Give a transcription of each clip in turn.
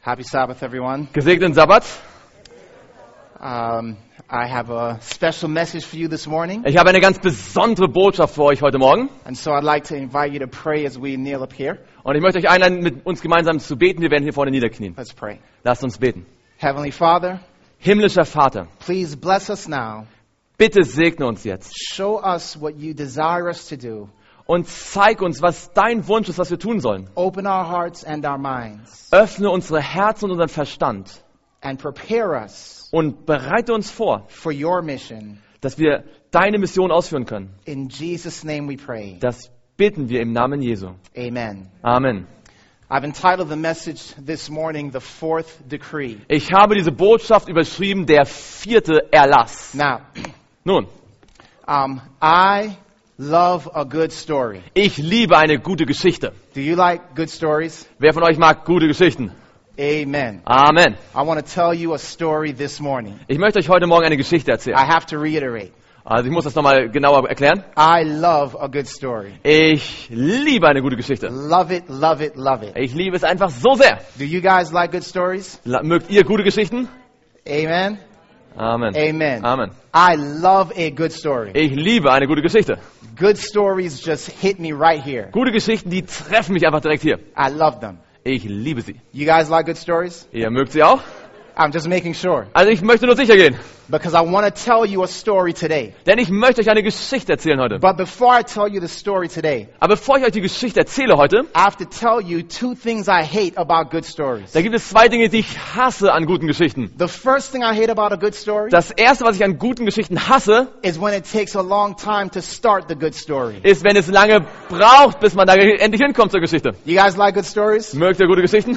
Happy Sabbath, everyone. Gesegneten Sabbat. Um, I have a special message for you this morning, Ich habe eine ganz besondere Botschaft für euch heute Morgen. and so I'd like to invite you to pray as we kneel up here. Und ich möchte euch einladen, mit uns gemeinsam zu beten. Wir werden hier vorne niederknien. Let's pray. Lasst uns beten. Heavenly Father, Himmlischer Vater, please bless us now. bitte segne uns jetzt Show us what you desire us to do. und zeig uns, was dein Wunsch ist, was wir tun sollen. Open our hearts and our minds, Öffne unsere Herzen und unseren Verstand and prepare us und bereite uns vor, for your mission. dass wir deine Mission ausführen können. In Jesus' name we pray. Das bitten wir im Namen Jesu. Amen. Amen. I've entitled the message this morning, The Fourth Decree. Ich habe diese Botschaft überschrieben, der vierte Erlass. Now, Nun, um, I love a good story. ich liebe eine gute Geschichte. Do you like good stories? Wer von euch mag gute Geschichten? Amen. Amen. I want to tell you a story this morning. Ich möchte euch heute Morgen eine Geschichte erzählen. I have to reiterate. Also ich muss das nochmal genauer erklären. I love a good story. Ich liebe eine gute Geschichte. Love it, love it, love it. Ich liebe es einfach so sehr. Do you guys like good stories? La- Mögt ihr gute Geschichten? Amen. Amen. Amen. Amen. I love a good story. Ich liebe eine gute Geschichte. Good stories just hit me right here. Gute Geschichten, die treffen mich einfach direkt hier. I love them. Ich liebe sie. You guys like good stories? Ihr mögt sie auch? I'm just making sure Also ich möchte nur sicher gehen. because I want to tell you a story today. Denn ich möchte euch eine Geschichte erzählen heute. But before I tell you the story today, Aber bevor ich euch die Geschichte erzähle heute, I have to tell you two things I hate about good stories. da gibt es zwei Dinge, die ich hasse an guten Geschichten. The first thing I hate about a good story Das erste, was ich an guten Geschichten hasse, is when it takes a long time to start the good story. ist, wenn es lange braucht, bis man da endlich hinkommt zur Geschichte. You guys like good stories? Mögt ihr gute Geschichten?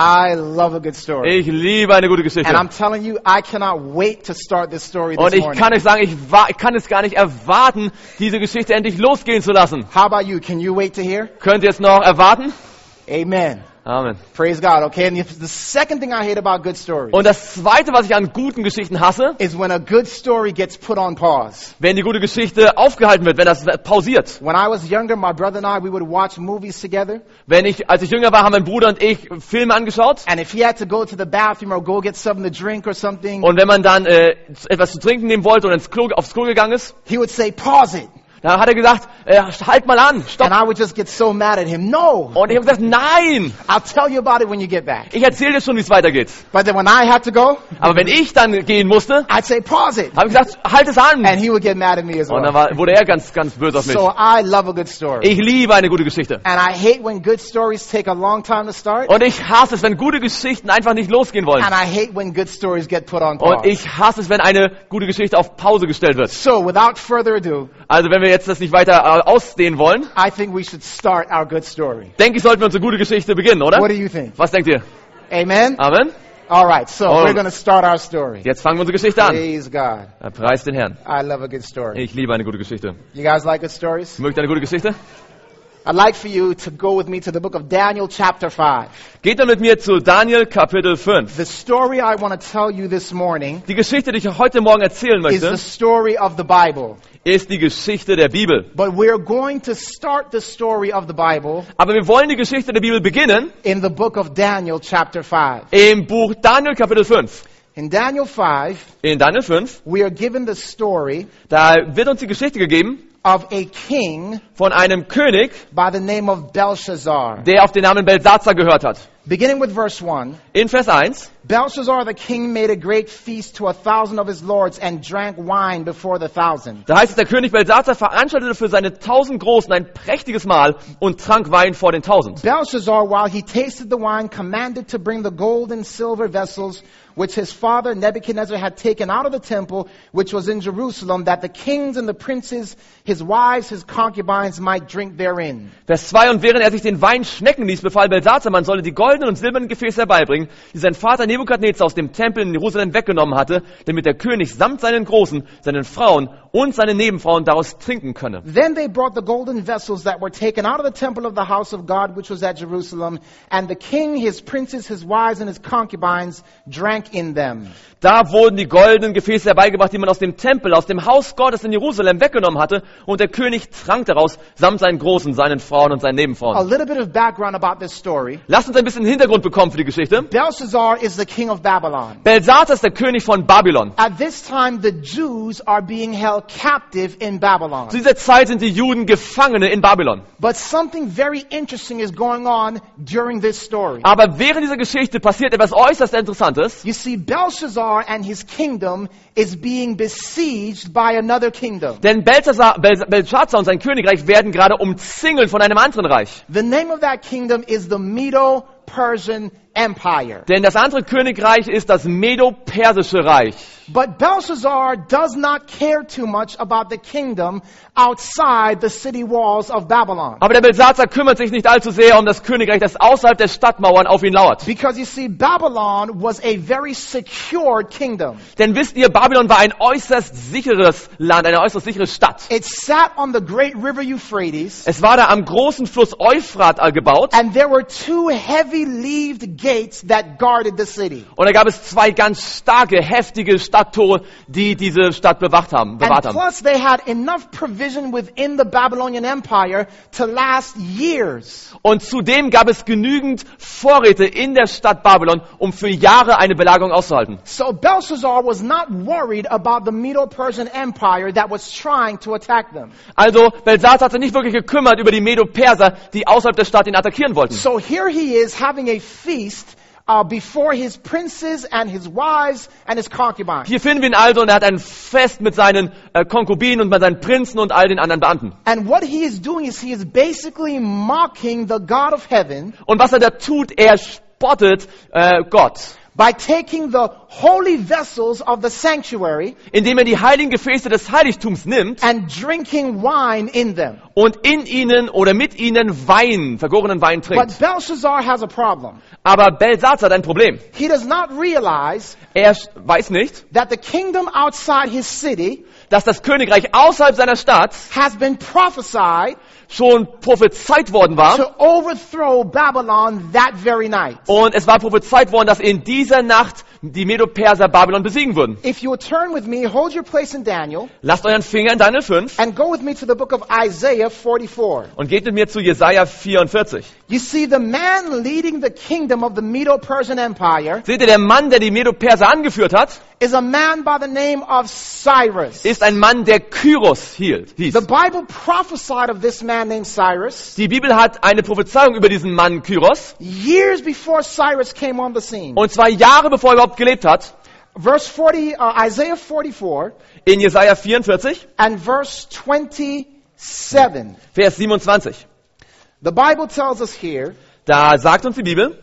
I love a good story. Ich liebe eine gute And Geschichte. I'm telling you, I cannot wait to start this story Und this ich morning. kann euch sagen, ich, wa- ich kann es gar nicht erwarten, diese Geschichte endlich losgehen zu lassen. How about you? Can you wait to hear? Könnt ihr es noch erwarten? Amen. Amen. Praise God, okay? And if- the second thing I hate about good stories Und das Zweite, was ich an guten Geschichten hasse, is when a good story gets put on pause. wenn die gute Geschichte aufgehalten wird, wenn das pausiert. When I was younger, my brother and I, we would watch movies together. Wenn ich, als ich jünger war, haben mein Bruder und ich Filme angeschaut. And if he had to go to the bathroom or go get something to drink or something, Und wenn man dann äh, etwas zu trinken nehmen wollte und ins Klo, aufs Klo gegangen ist, he would say, pause it. dann hat er gesagt, äh, halt mal an, And stopp. I would just get so mad at him. No! Und ich habe gesagt, nein, I'll tell you about it when you get back. ich erzähle dir schon, wie es weitergeht. But then when I had to go, Aber wenn ich dann gehen musste, I'd say, pause it. habe ich gesagt, halt es an. And he would get mad at me as Und dann well. war, wurde er ganz, ganz böse auf mich. So I love a good story. Ich liebe eine gute Geschichte. And I hate when good stories take a long time to start. Und ich hasse es, wenn gute Geschichten einfach nicht losgehen wollen. And I hate when good stories get put on Und pause. ich hasse es, wenn eine gute Geschichte auf Pause gestellt wird. So without further ado, Also wenn wir jetzt das nicht weiter äh, ausdehnen wollen, I think we should start our good story. denke ich, sollten wir unsere gute Geschichte beginnen, oder? What do you think? Was denkt ihr? Amen? Amen? All right, so Uh, Oh. we're going to start our story. Jetzt fangen wir unsere Geschichte an. Praise God. Ja, Preis den Herrn. I love a good story. Ich liebe eine gute Geschichte. You guys like good stories? Mögt ihr eine gute Geschichte? I'd like for you to go with me to the book of Daniel, chapter 5. Geht dann mit mir zu Daniel Kapitel 5. The story I want to tell you this morning Die Geschichte, die ich heute Morgen erzählen is the möchte, story of the Bible. ist die Geschichte der Bibel. But we're going to start the story of the Bible Aber wir wollen die Geschichte der Bibel beginnen in the book of Daniel, chapter 5. im Buch Daniel Kapitel 5. In Daniel 5, In Daniel 5, we are given the story da wird uns die Geschichte gegeben of a king von einem König, by the name of Belshazzar. der auf den Namen Belsatzer gehört hat. Beginning with verse 1 In Vers 1, Belshazzar the king made a great feast to a thousand of his lords and drank wine before the thousand. da heißt es, der König Belsatzer veranstaltete für seine tausend Großen ein prächtiges Mahl und trank Wein vor den tausend. Belshazzar, while he tasted the wine, commanded to bring the gold and silver vessels which his father Nebuchadnezzar had taken out of the temple which was in Jerusalem, that the kings and the princes, his wives, his concubines might drink therein. Vers 2, und während er sich den Wein schmecken ließ, befahl Belsatzer, man solle die goldenen und silbernen Gefäße herbeibringen, die sein Vater Nebukadnezar aus dem Tempel in Jerusalem weggenommen hatte, damit der König samt seinen Großen, seinen Frauen und seine Nebenfrauen daraus trinken könne. Then they brought the golden vessels that were taken out of the temple of the house of God, which was at Jerusalem, and the king, his princes, his wives, and his concubines drank in them. Da wurden die goldenen Gefäße herbeigebracht, die man aus dem Tempel, aus dem Haus Gottes in Jerusalem weggenommen hatte, und der König trank daraus samt seinen Großen, seinen Frauen und seinen A Nebenfrauen. little bit of background about this story. Lasst uns ein bisschen Hintergrund bekommen für die Geschichte. Belshazzar is the king of Babylon. Belsatz ist der König von Babylon. At this time, the Jews are being held captive in Babylon. Zu dieser Zeit sind die Juden Gefangene in Babylon. But something very interesting is going on during this story. Aber während dieser Geschichte passiert etwas äußerst Interessantes. You see, Belshazzar and his kingdom is being besieged by another kingdom. Denn Belshazzar Bels- Belshazzar und sein Königreich werden gerade umzingelt von einem anderen Reich. The name of that kingdom is the Medo-Persian Empire. Denn das andere Königreich ist das Medo-Persische Reich. But Belshazzar does not care too much about the kingdom outside the city walls of Babylon. Aber der Belshazzar kümmert sich nicht allzu sehr um das Königreich, das außerhalb der Stadtmauern auf ihn lauert. Because you see, Babylon was a very secure kingdom. Denn wisst ihr, Babylon war ein äußerst sicheres Land, eine äußerst sichere Stadt. It sat on the great river Euphrates, Es war da am großen Fluss Euphrat äh, gebaut and there were two heavy-leaved gates that guarded the city. und da gab es zwei ganz starke, heftige Stadttore, die diese Stadt bewacht haben, And bewahrt haben. plus, they had enough provision within the Babylonian Empire to last years. Und zudem gab es genügend Vorräte in der Stadt Babylon, um für Jahre eine Belagerung auszuhalten. So Belshazzar was not worried about the Medo-Persian Empire that was trying to attack them. Also Belsatz hat sich nicht wirklich gekümmert über die Medo-Perser, die außerhalb der Stadt ihn attackieren wollten. So here he is having a feast uh, before his princes and his wives and his concubines. Hier finden wir ihn also und er hat ein Fest mit seinen äh, Konkubinen und mit seinen Prinzen und all den anderen Beamten. And what he is doing is he is basically mocking the God of heaven Und was er da tut, er spottet äh, Gott, by taking the holy vessels of the sanctuary indem er die heiligen Gefäße des Heiligtums nimmt and drinking wine in them. und in ihnen oder mit ihnen Wein, vergorenen Wein But trinkt. Belshazzar has a problem. Aber Belsatz hat ein Problem. He does not realize Er sch- weiß nicht, that the kingdom outside his city dass das Königreich außerhalb seiner Stadt has been prophesied schon prophezeit worden war. to overthrow Babylon that very night. Und es war prophezeit worden, dass in dieser Nacht die Medo-Perser Babylon besiegen würden. If you will turn with me, hold your place in Daniel Lasst euren Finger in Daniel 5 and go with me to the book of Isaiah 44. und geht mit mir zu Jesaja 44. You see, the man leading the kingdom of the Medo-Persian Empire Seht ihr, der Mann, der die Medo-Perser angeführt hat, is a man by the name of Cyrus. ist ein Mann, der Kyros hielt, The hieß. Bible prophesied of this man named Cyrus Die Bibel hat eine Prophezeiung über diesen Mann Kyros. years before Cyrus came on the scene. Und zwar Jahre bevor er überhaupt gelebt hat, Verse 40, uh, Isaiah 44 in Jesaja 44, and verse 27. Vers 27. The Bible tells us here, Da sagt uns die Bibel,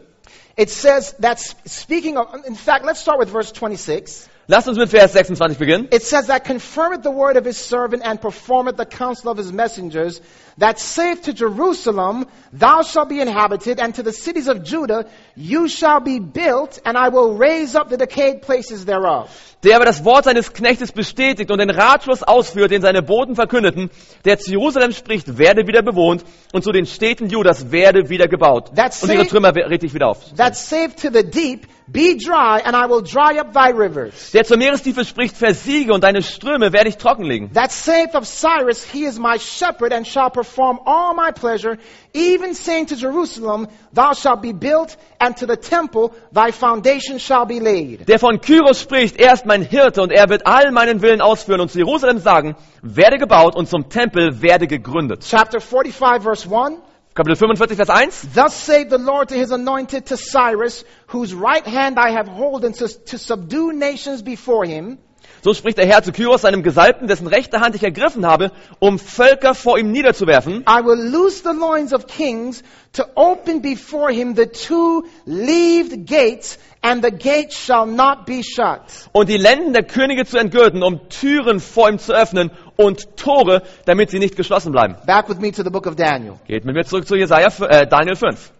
it says that s- speaking of, in fact, let's start with verse 26. lasst uns mit Vers 26 beginnen. It says that confirmeth the word of his servant and performeth the counsel of his messengers that saith to Jerusalem, thou shalt be inhabited and to the cities of Judah, you shall be built and I will raise up the decayed places thereof. der aber das Wort seines Knechtes bestätigt und den Ratschluss ausführt, den seine Boten verkündeten, der zu Jerusalem spricht, werde wieder bewohnt und zu den Städten Judas werde wieder gebaut. That's und ihre it. Trümmer we- richte ich wieder auf. That saith to the deep, be dry and I will dry up thy rivers. Der zur Meerestiefe spricht, versiege und deine Ströme werde ich trockenlegen. That saith of Cyrus, He is my shepherd and shall perform all my pleasure, even saying to Jerusalem, Thou shalt be built, and to the temple thy foundation shall be laid. Der von Kyros spricht, er ist mein Hirte und er wird all meinen Willen ausführen und zu Jerusalem sagen, werde gebaut und zum Tempel werde gegründet. Chapter 45, verse 1. Kapitel 45, Vers 1. Thus saith the Lord to his anointed to Cyrus, whose right hand I have holden to, to subdue nations before him, So spricht der Herr zu Kyros, seinem Gesalbten, dessen rechte Hand ich ergriffen habe, um Völker vor ihm niederzuwerfen. I will loose the loins of kings to open before him the two leaved gates, and the gate shall not be shut. und die Lenden der Könige zu entgürten, um Türen vor ihm zu öffnen und Tore, damit sie nicht geschlossen bleiben. Back with me to the book of Daniel. Geht mit mir zurück zu Jesaja, f- äh, Daniel 5.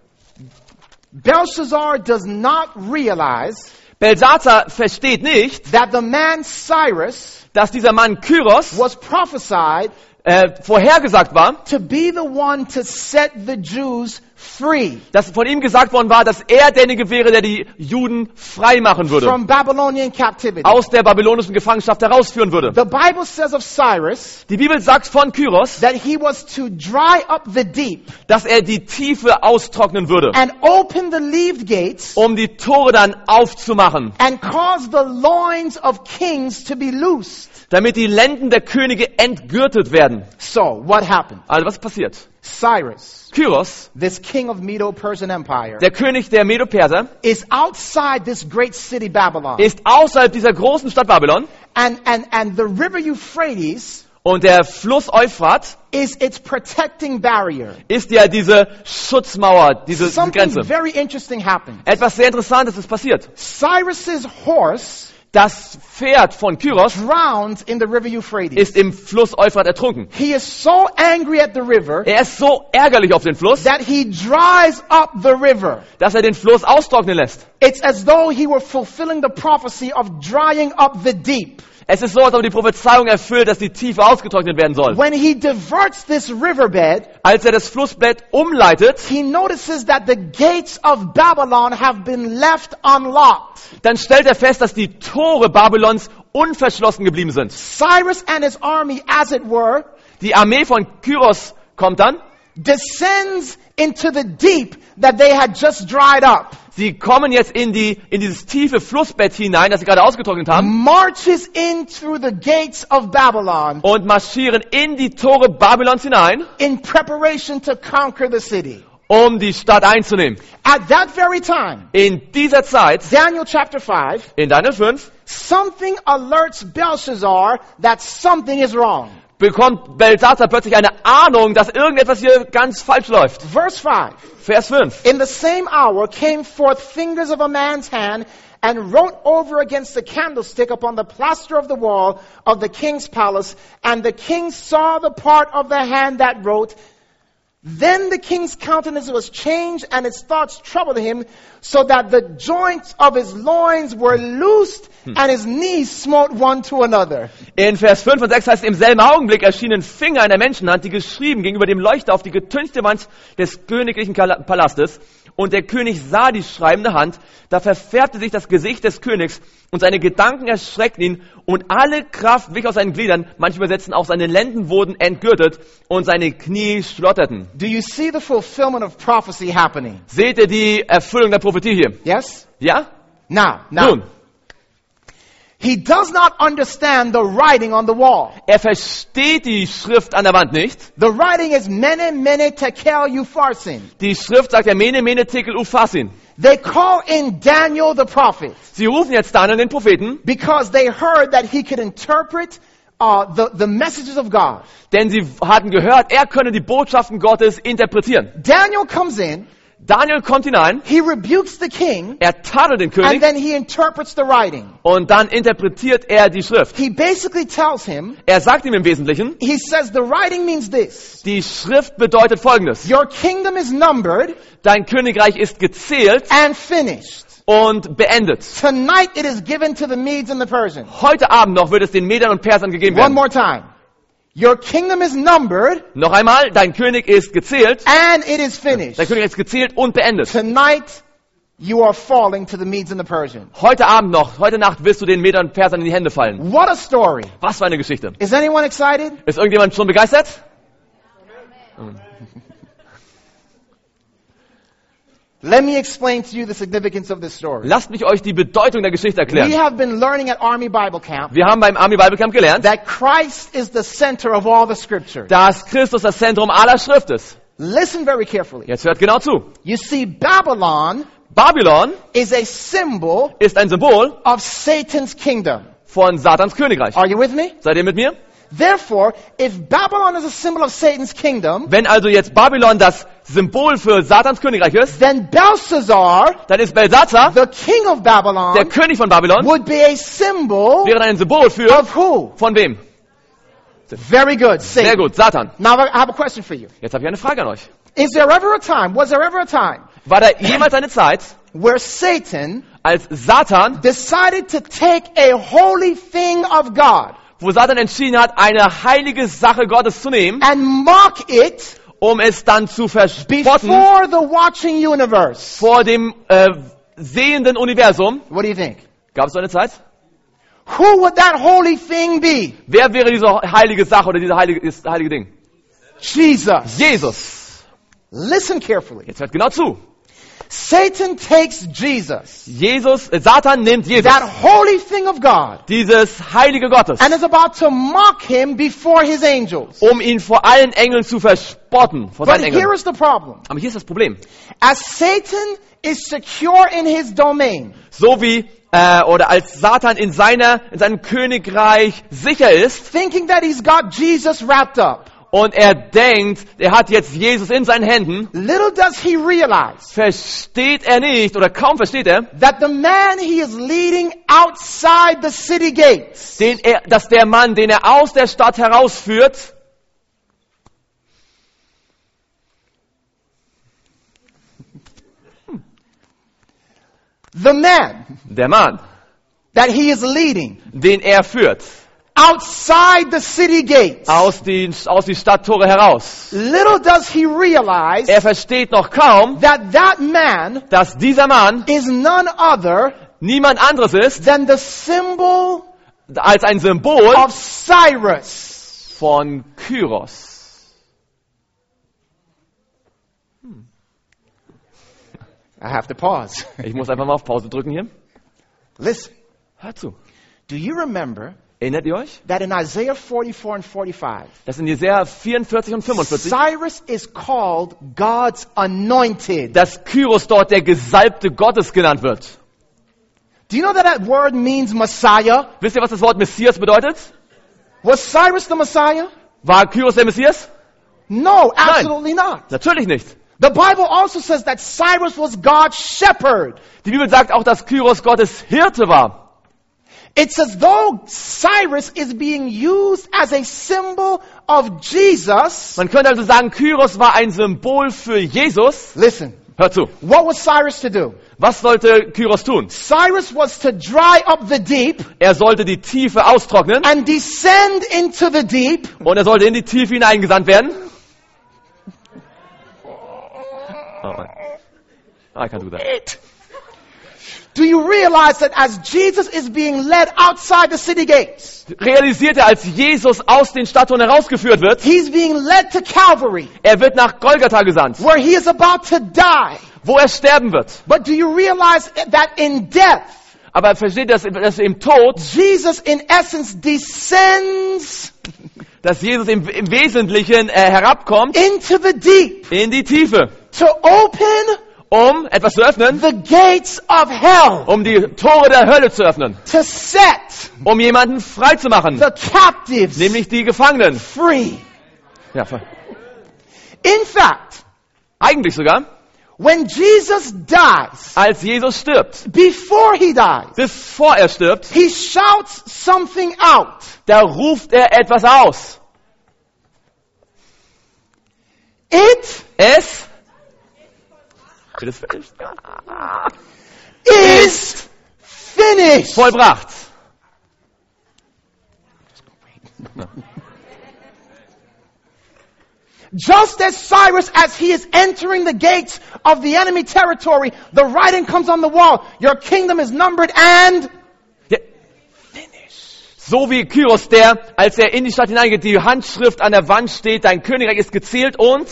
Belshazzar does not realize Belsatzer versteht nicht, that the man Cyrus dass dieser Mann Kyros was prophesied äh, vorhergesagt war, to be the one to set the Jews free dass von ihm gesagt worden war, dass er derjenige wäre, der die Juden frei machen würde, from Babylonian captivity. aus der babylonischen Gefangenschaft herausführen würde. The Bible says of Cyrus Die Bibel sagt von Kyros, that he was to dry up the deep dass er die Tiefe austrocknen würde, and open the leaved gates um die Tore dann aufzumachen, and cause the loins of kings to be loosed. damit die Lenden der Könige entgürtet werden. So, what happened? Also was passiert? Cyrus, Kyros, this king of Medo-Persian Empire, der König der Medo-Perser, is outside this great city Babylon. ist außerhalb dieser großen Stadt Babylon And, and, and the river Euphrates und der Fluss Euphrat is its protecting barrier. ist ja diese Schutzmauer, diese diese Something Grenze. very interesting happened. Etwas sehr Interessantes ist passiert. Cyrus's horse Das Pferd von Kyros drowned in the river Euphrates. ist im Fluss Euphrat ertrunken. He is so angry at the river Er ist so ärgerlich auf den Fluss, that he dries up the river. dass er den Fluss austrocknen lässt. It's as though he were fulfilling the prophecy of drying up the deep. Es ist so, als ob die Prophezeiung erfüllt, dass die Tiefe ausgetrocknet werden soll. When he diverts this riverbed, Als er das Flussbett umleitet, he notices that the gates of Babylon have been left unlocked. dann stellt er fest, dass die Tore Babylons unverschlossen geblieben sind. Cyrus and his army, as it were, Die Armee von Kyros kommt dann. descends into the deep that they had just dried up, Sie kommen jetzt in, die, in dieses tiefe Flussbett hinein, das sie gerade ausgetrocknet haben, marches in through the gates of Babylon und marschieren in die Tore Babylons hinein, in preparation to conquer the city. um die Stadt einzunehmen. At that very time, In dieser Zeit, Daniel chapter 5, in Daniel 5, something alerts Belshazzar that something is wrong. bekommt Belsatzer plötzlich eine Ahnung, dass irgendetwas hier ganz falsch läuft. Verse 5 Vers 5. In the same hour came forth fingers of a man's hand and wrote over against the candlestick upon the plaster of the wall of the king's palace. And the king saw the part of the hand that wrote. Then the king's countenance was changed and his thoughts troubled him, so that the joints of his loins were loosed and his knees smote one to another. In Vers 5 und 6 heißt, im selben Augenblick erschienen Finger einer Menschenhand, die geschrieben gegenüber dem Leuchter auf die getünchte Wand des königlichen Kala- Palastes. Und der König sah die schreibende Hand, da verfärbte sich das Gesicht des Königs und seine Gedanken erschreckten ihn und alle Kraft wich aus seinen Gliedern, manche übersetzen auch seine Lenden wurden entgürtet und seine Knie schlotterten. Do you see the fulfillment of prophecy happening? Seht ihr die Erfüllung der Prophetie hier? Yes? Ja? Now, now. Nun, He does not understand the writing on the wall. er versteht die Schrift an der Wand nicht. The writing is mene mene tekel upharsin. Die Schrift sagt ja, mene, mene, tekel, ufasin. They call in Daniel the prophet Sie rufen jetzt Daniel den Propheten, because they heard that he could interpret uh, the, the messages of God. denn sie hatten gehört, er könne die Botschaften Gottes interpretieren. Daniel comes in, Daniel kommt hinein, he rebukes the king, er tadelt den and König then he interprets the writing. und dann interpretiert er die Schrift. He basically tells him, Er sagt ihm im Wesentlichen, he says, the writing means this. die Schrift bedeutet Folgendes. Your kingdom is numbered Dein Königreich ist gezählt and finished. und beendet. Tonight it is given to the Medes and the Persians. Heute Abend noch wird es den Medern und Persern gegeben One werden. more time. Your kingdom is numbered Noch einmal, dein König ist gezählt, and it is finished. dein Königreich ist gezählt und beendet. Tonight, you are falling to the Medes and the Persians. Heute Abend noch, heute Nacht wirst du den Medern und Persern in die Hände fallen. What a story. Was für eine Geschichte. Is anyone excited? Ist irgendjemand schon begeistert? Let me explain to you the significance of this story. Lasst mich euch die Bedeutung der Geschichte We erklären. have been learning at Army Bible Camp Wir haben beim Army Bible Camp gelernt, that Christ is the center of all the scripture. dass Christus das Zentrum aller Schrift ist. Listen very carefully. Jetzt hört genau zu. You see, Babylon Babylon is a symbol ist ein Symbol of Satan's kingdom. von Satans Königreich. Are you with me? Seid ihr mit mir? Therefore, if Babylon is a symbol of Satan's kingdom, Wenn also jetzt Babylon das Symbol für Satans Königreich ist, then Belshazzar, dann ist Belsatzer, the king of der Babylon, König von Babylon, would be a symbol wäre dann ein Symbol für of who? von wem? Very good. Satan. Sehr gut, Satan. Now I have a question for you. Jetzt habe ich eine Frage an euch. Is there ever a time, was there ever a time, War da jemals eine Zeit, where Satan als Satan, decided to take a holy thing of God, wo Satan entschieden hat, eine heilige Sache Gottes zu nehmen, and mock it um es dann zu verspotten before the watching universe. vor dem äh, sehenden Universum. What do you think? Gab es so eine Zeit? Who would that holy thing be? Wer wäre diese heilige Sache oder diese heilige, dieses heilige Ding? Jesus. Jesus. Listen carefully. Jetzt hört genau zu. Satan takes Jesus, Jesus, äh, Satan nimmt Jesus, that holy thing of God, dieses heilige Gottes, and is about to mock him before his angels. um ihn vor allen Engeln zu verspotten, vor But seinen here Engeln. is the problem. Aber hier ist das Problem. As Satan is secure in his domain, So wie äh, oder als Satan in seiner in seinem Königreich sicher ist thinking that he's got Jesus wrapped up, und er denkt, er hat jetzt Jesus in seinen Händen, little does he realize versteht er nicht oder kaum versteht er, that the man he is leading outside the city gates den er, dass der Mann, den er aus der Stadt herausführt, the man der Mann, that he is leading den er führt, outside the city gates. aus den aus die Stadttore heraus. Little does he realize Er versteht noch kaum, that that man dass dieser Mann is none other niemand anderes ist than the symbol als ein Symbol of Cyrus. von Kyros. I have to pause. Ich muss einfach mal auf Pause drücken hier. Listen, Hört zu. do you remember Erinnert ihr euch? that in Isaiah 44 and 45, Das sind Jesaja 44 und 45. Cyrus is called God's anointed? dass Kyros dort der Gesalbte Gottes genannt wird. Do you know that that word means Messiah? Wisst ihr, was das Wort Messias bedeutet? Was Cyrus the Messiah? War Kyros der Messias? No, absolutely not. Natürlich nicht. The Bible also says that Cyrus was God's shepherd. Die Bibel sagt auch, dass Kyros Gottes Hirte war. It's as though Cyrus is being used as a symbol of Jesus. Man könnte also sagen, Kyros war ein Symbol für Jesus. Listen, Hört zu. what was Cyrus to do? Was sollte Kyros tun? Cyrus was to dry up the deep Er sollte die Tiefe austrocknen and descend into the deep und er sollte in die Tiefe hineingesandt werden. Oh, Ah, I- I can't do that. Do you realize that as Jesus is being led outside the city gates, Realisiert er, als Jesus aus den Stadttoren herausgeführt wird, he's being led to Calvary, er wird nach Golgatha gesandt, where he is about to die. wo er sterben wird. But do you realize that in death, Aber versteht, dass, dass im Tod, Jesus in essence descends dass Jesus im, im Wesentlichen äh, herabkommt into the deep in die Tiefe, to open um etwas zu öffnen, the gates of hell, um die Tore der Hölle zu öffnen, to set um jemanden frei zu machen, the captives nämlich die Gefangenen. free. Ja, voll. In fact, eigentlich sogar, when Jesus dies, als Jesus stirbt, before he dies, bevor er stirbt, he shouts something out. da ruft er etwas aus. It Es is finished. vollbracht. Just as Cyrus, as he is entering the gates of the enemy territory, the writing comes on the wall. Your kingdom is numbered and Der, so wie Kyros, der, als er in die Stadt hineingeht, die Handschrift an der Wand steht, dein Königreich ist gezählt und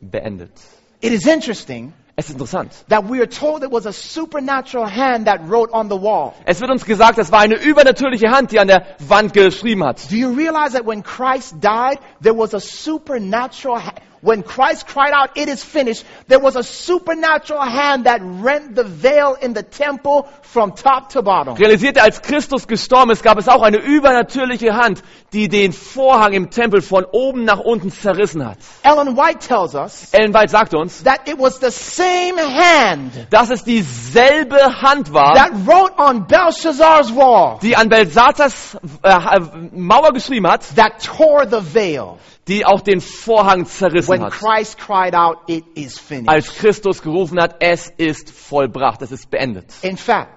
beendet. it is interesting Es ist interessant. that we are told it was a supernatural hand that wrote on the wall. Es wird uns gesagt, es war eine übernatürliche Hand, die an der Wand geschrieben hat. Do you realize that when Christ died, there was a supernatural ha- when Christ cried out, "It is finished," there was a supernatural hand that rent the veil in the temple from top to bottom. Realisierte, als Christus gestorben ist, gab es auch eine übernatürliche Hand, die den Vorhang im Tempel von oben nach unten zerrissen hat. Ellen White tells us Ellen White sagt uns, that it was the same hand dass es dieselbe Hand war, that wrote on Belshazzar's wall die an Belsazars äh, Mauer geschrieben hat, that tore the veil die auch den Vorhang zerrissen when hat. Christ cried out, "It is finished." als Christus gerufen hat, es ist vollbracht, es ist beendet. In fact,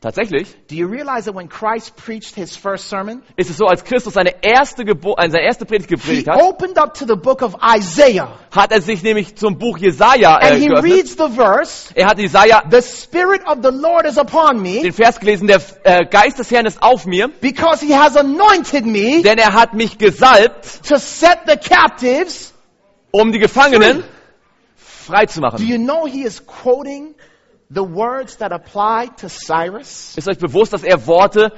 Tatsächlich Do you realize that when Christ preached his first sermon, ist es so, als Christus seine erste, Gebo äh, seine erste Predigt he gepredigt hat, opened up to the book of Isaiah hat er sich nämlich zum Buch Jesaja äh, and he geöffnet. reads the verse, Er hat Jesaja The Spirit of the Lord is upon me den Vers gelesen, der äh, Geist des Herrn ist auf mir, because he has anointed me denn er hat mich gesalbt, to set the captives. um die Gefangenen frei zu machen. Do you know he is quoting the words that apply to Cyrus? Ist euch bewusst, dass er Worte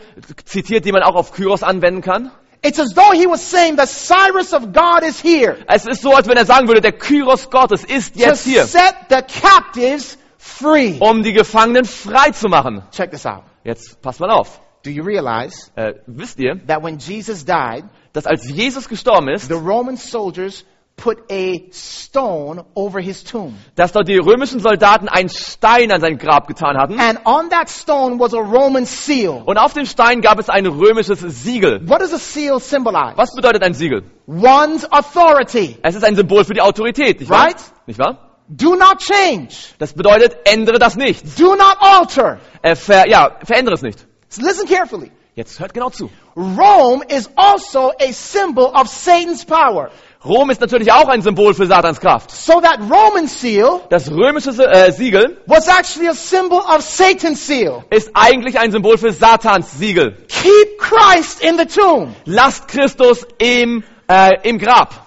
zitiert, die man auch auf Kyros anwenden kann? It's as though he was saying the Cyrus of God is here Es ist so, als wenn er sagen würde, der Kyros Gottes ist to jetzt hier, set the captives free. um die Gefangenen frei zu machen. Check this out. Jetzt passt mal auf. Do you realize Äh, wisst ihr, that when Jesus died, dass als Jesus gestorben ist, the Roman soldiers put a stone over his tomb. dass dort die römischen Soldaten einen Stein an sein Grab getan hatten? And on that stone was a Roman seal. Und auf dem Stein gab es ein römisches Siegel. What does a seal symbolize? Was bedeutet ein Siegel? One's authority. Es ist ein Symbol für die Autorität, nicht wahr? Right? Nicht wahr? Do not change. Das bedeutet, ändere das nicht. Do not alter. Äh, ver, ja, verändere es nicht. So listen carefully. Jetzt hört genau zu. Rome is also a symbol of Satan's power. Rom ist natürlich auch ein Symbol für Satans Kraft. So that Roman seal Das römische äh, Siegel was actually a symbol of Satan's seal. ist eigentlich ein Symbol für Satans Siegel. Keep Christ in the tomb. Lasst Christus im, äh, im Grab.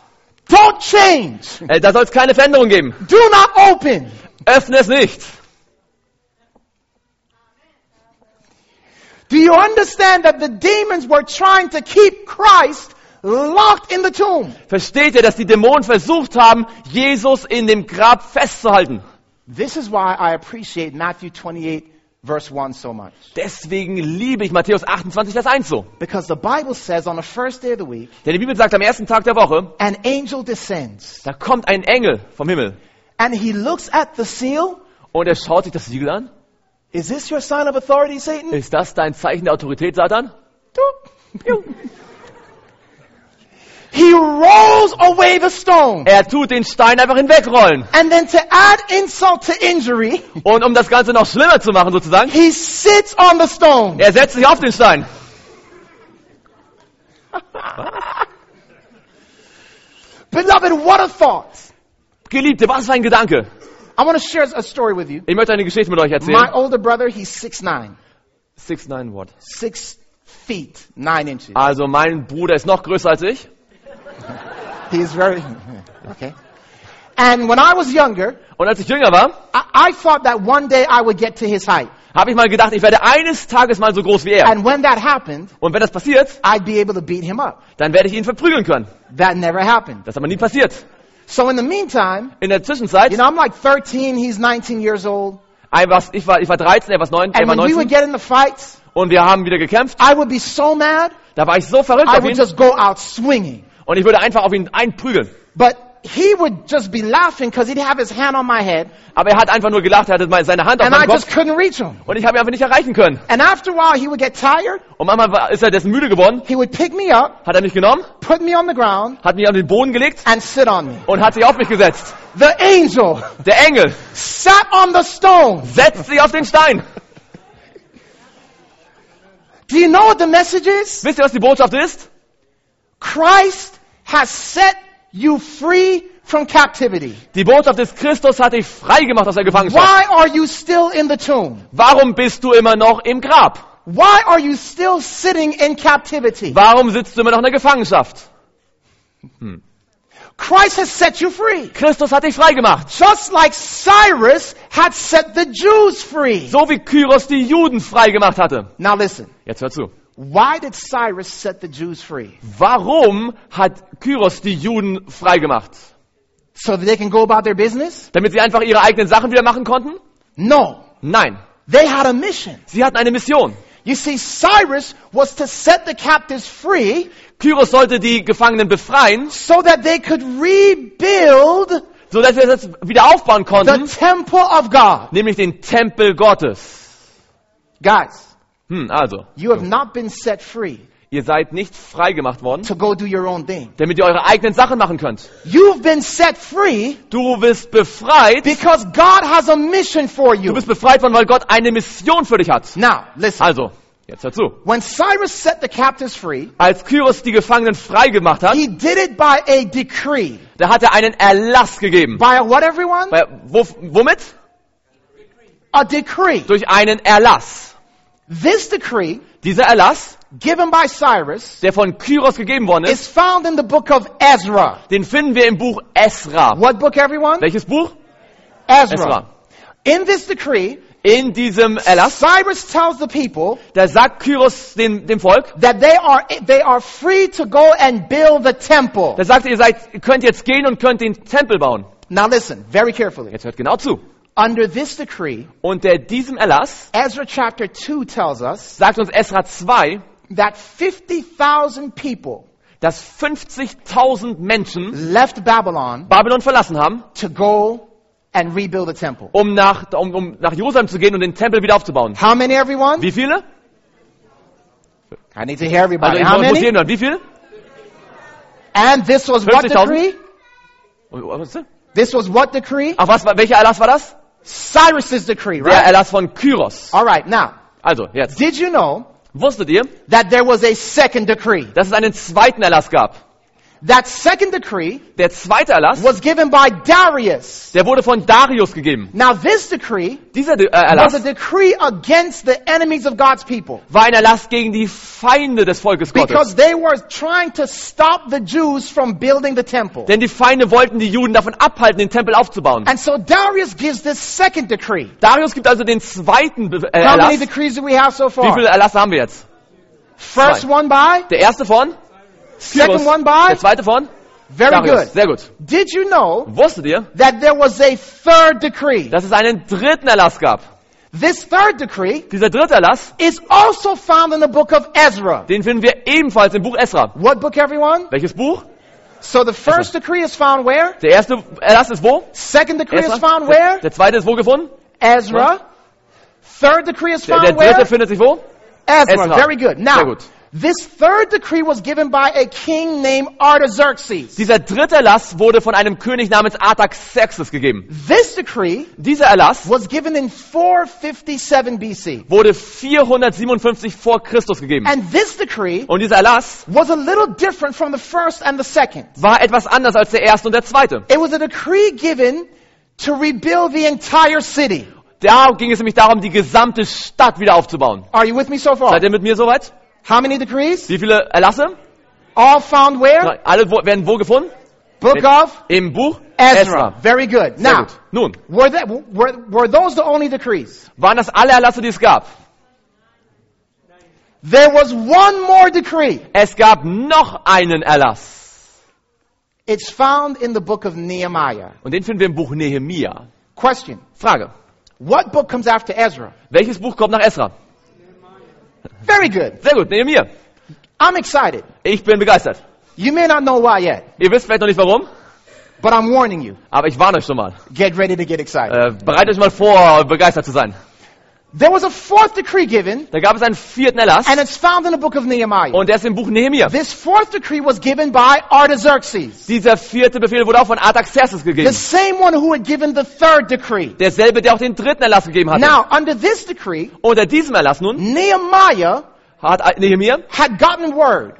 Don't change. Äh, da soll es keine Veränderung geben. Do not open. Öffne es nicht. Do you understand that the demons were trying to keep Christ locked in the tomb? Versteht ihr, dass die Dämonen versucht haben, Jesus in dem Grab festzuhalten? This is why I appreciate Matthew 28 verse 1 so much. Deswegen liebe ich Matthäus 28, Vers 1 so. Because the Bible says on the first day of the week, Denn die Bibel sagt, am ersten Tag der Woche, an angel descends da kommt ein Engel vom Himmel. and he looks at the seal. Und er schaut sich das Siegel an. Is this your sign of authority, Satan? Ist das dein Zeichen der Autorität, Satan? He rolls away the stone. Er tut den Stein einfach hinwegrollen. And then to add insult to injury, Und um das Ganze noch schlimmer zu machen, sozusagen, he sits on the stone. er setzt sich auf den Stein. Beloved, what a thought. Geliebte, was für ein Gedanke. I want to share a story with you. Ich möchte eine Geschichte mit euch My erzählen. older brother, he's 6'9", Six, nine, what? 6 feet, 9 inches. Also mein Bruder ist noch größer als ich. He is very, okay. And when I was younger, Und als ich jünger war, I, I thought that one day I would get to his height. habe ich mal gedacht, ich werde eines Tages mal so groß wie er. And when that happened, Und wenn das passiert, I'd be able to beat him up. dann werde ich ihn verprügeln können. That never happened. Das ist aber nie passiert. So in the meantime, In der Zwischenzeit, you know, I'm like 13, he's 19 years old. ein was- ich war, ich war 13, er war 9, er And war when we would 19. get in the fights, Und wir haben wieder gekämpft. I would be so mad, Da war ich so verrückt I auf would ihn. just go out swinging. Und ich würde einfach auf ihn einprügeln. But he would just be laughing because he'd have his hand on my head, Aber er hat einfach nur gelacht, er hatte mal seine Hand auf and I meinen just Kopf. couldn't reach him. Und ich habe ihn einfach nicht erreichen können. And after a while, he would get tired. Und manchmal war- ist er dessen müde geworden, He would pick me up, hat er mich genommen, put me on the ground, hat mich auf den Boden gelegt and sit on me. und hat sich auf mich gesetzt. The angel Der Engel sat on the stone. setzt sich auf den Stein. Do you know what the message is? Wisst ihr, was die Botschaft ist? Christ has set you free from captivity. Die Botschaft ist, Christus hat dich frei gemacht aus der Gefangenschaft. Why are you still in the tomb? Warum bist du immer noch im Grab? Why are you still sitting in captivity? Warum sitzt du immer noch in der Gefangenschaft? Christ has set you free. Christus hat dich frei gemacht. Just like Cyrus had set the Jews free. So wie Kyros die Juden frei gemacht hatte. Now listen. Jetzt hör zu. Why did Cyrus set the Jews free? Warum hat Kyros die Juden frei gemacht? So that they can go about their business? Damit sie einfach ihre eigenen Sachen wieder machen konnten? No. Nein. They had a mission. Sie hatten eine Mission. You see, Cyrus was to set the captives free Kyros sollte die Gefangenen befreien, so that they could rebuild sodass wir das wieder aufbauen the konnten, temple of God. nämlich den Tempel Gottes. Guys, Hm, also, you have not been set free Ihr seid nicht freigemacht worden, to go do your own thing. damit ihr eure eigenen Sachen machen könnt. You've been set free Du bist befreit. because God has a mission for Du you. bist befreit worden, weil Gott eine Mission für dich hat. Now, listen. Also, jetzt hör zu. When Cyrus set the captives free, Als Kyros die Gefangenen freigemacht hat, he did it by a decree. da hat er einen Erlass gegeben. By a what, everyone? Weil, wo, womit? A decree. Durch einen Erlass. This decree, Dieser Erlass, given by Cyrus, der von Kyros gegeben worden ist, is found in the book of Ezra. den finden wir im Buch Esra. What book, everyone? Welches Buch? Ezra. Esra. In this decree, In diesem Erlass, Cyrus tells the people da sagt Kyros den, dem Volk, that they are, they are free to go and build the temple. da sagt er, ihr seid, ihr könnt jetzt gehen und könnt den Tempel bauen. Now listen very carefully. Jetzt hört genau zu. Under this decree, Und der diesem Erlass Ezra chapter 2 tells us sagt uns Esra 2, that 50,000 people dass 50.000 Menschen left Babylon Babylon verlassen haben, to go and rebuild the temple. um nach, um, um nach Jerusalem zu gehen und den Tempel wieder aufzubauen. How many, everyone? Wie viele? I need to hear Also everybody. ich How muss many? jeden hören. Wie viele? And this was what 50,000? decree? Was ist das? This was what decree? Ach was, welcher Erlass war das? Cyrus's decree, Der right? Erlass von Kyros. All right. Now, Also, jetzt. did you know Wusstet ihr, that there was a second decree? dass es einen zweiten Erlass gab? That second decree Der zweite Erlass, was given by Darius. der wurde von Darius gegeben. Now, this decree Dieser äh, was a Erlass decree against the enemies of God's people war ein Erlass gegen die Feinde des Volkes Gottes. because they were trying to stop the Jews from building the temple. Denn die Feinde wollten die Juden davon abhalten, den Tempel aufzubauen. And so Darius gives this second decree. Darius gibt also den zweiten Be äh, How many Erlass. decrees do we have so Wie viele far? Erlasse haben wir jetzt? First Zwei. one by, Der erste von? second one by. Der zweite von? Very good. Darius. Sehr gut. Did you know Wusstet ihr, that there was a third decree? dass es einen dritten Erlass gab? This third decree Dieser dritte Erlass, is also found in the book of Ezra. den finden wir ebenfalls im Buch Esra. What book, everyone? Welches Buch? So the first decree is found where? Der erste Erlass ist wo? Second decree is found Der, where? der zweite ist wo gefunden? Ezra. Third decree is Der, der found where? dritte findet sich wo? Ezra. Ezra. Very good. Sehr Now, gut. this third decree was given by a king named Artaxerxes. Dieser dritte Erlass wurde von einem König namens Artaxerxes gegeben. This decree Dieser Erlass was given in 457 BC. wurde 457 vor Christus gegeben. And this decree Und dieser Erlass was a little different from the first and the second. war etwas anders als der erste und der zweite. It was a decree given to rebuild the entire city. Da ging es nämlich darum, die gesamte Stadt wieder aufzubauen. Are you with me so far? Seid ihr mit mir soweit? How many decrees? Wie viele Erlasse? All found where? Nein, Alle wo, werden wo gefunden? Book of Im Buch Ezra. Very good. Sehr Now, gut. Nun, were, that, were, were those the only decrees? waren das alle Erlasse, die es gab? There was one more decree. Es gab noch einen Erlass. It's found in the book of Nehemiah. Und den finden wir im Buch Nehemia. Question. Frage. What book comes after Ezra? Welches Buch kommt nach Esra? Very good. Sehr gut, Nehemia. I'm excited. Ich bin begeistert. You may not know why yet, Ihr wisst vielleicht noch nicht warum, but I'm warning you. aber ich warne euch schon mal. Get ready to get excited. Äh, bereitet euch mal vor, begeistert zu sein. There was a fourth decree given, Da gab es einen vierten Erlass and it's found in the book of Nehemiah. und der ist im Buch Nehemia. This fourth decree was given by Artaxerxes, Dieser vierte Befehl wurde auch von Artaxerxes the gegeben. same one who had given the third decree. Derselbe, der auch den dritten Erlass gegeben hatte. Now, under this decree, Unter diesem Erlass nun Nehemiah hat Nehemia, had gotten word,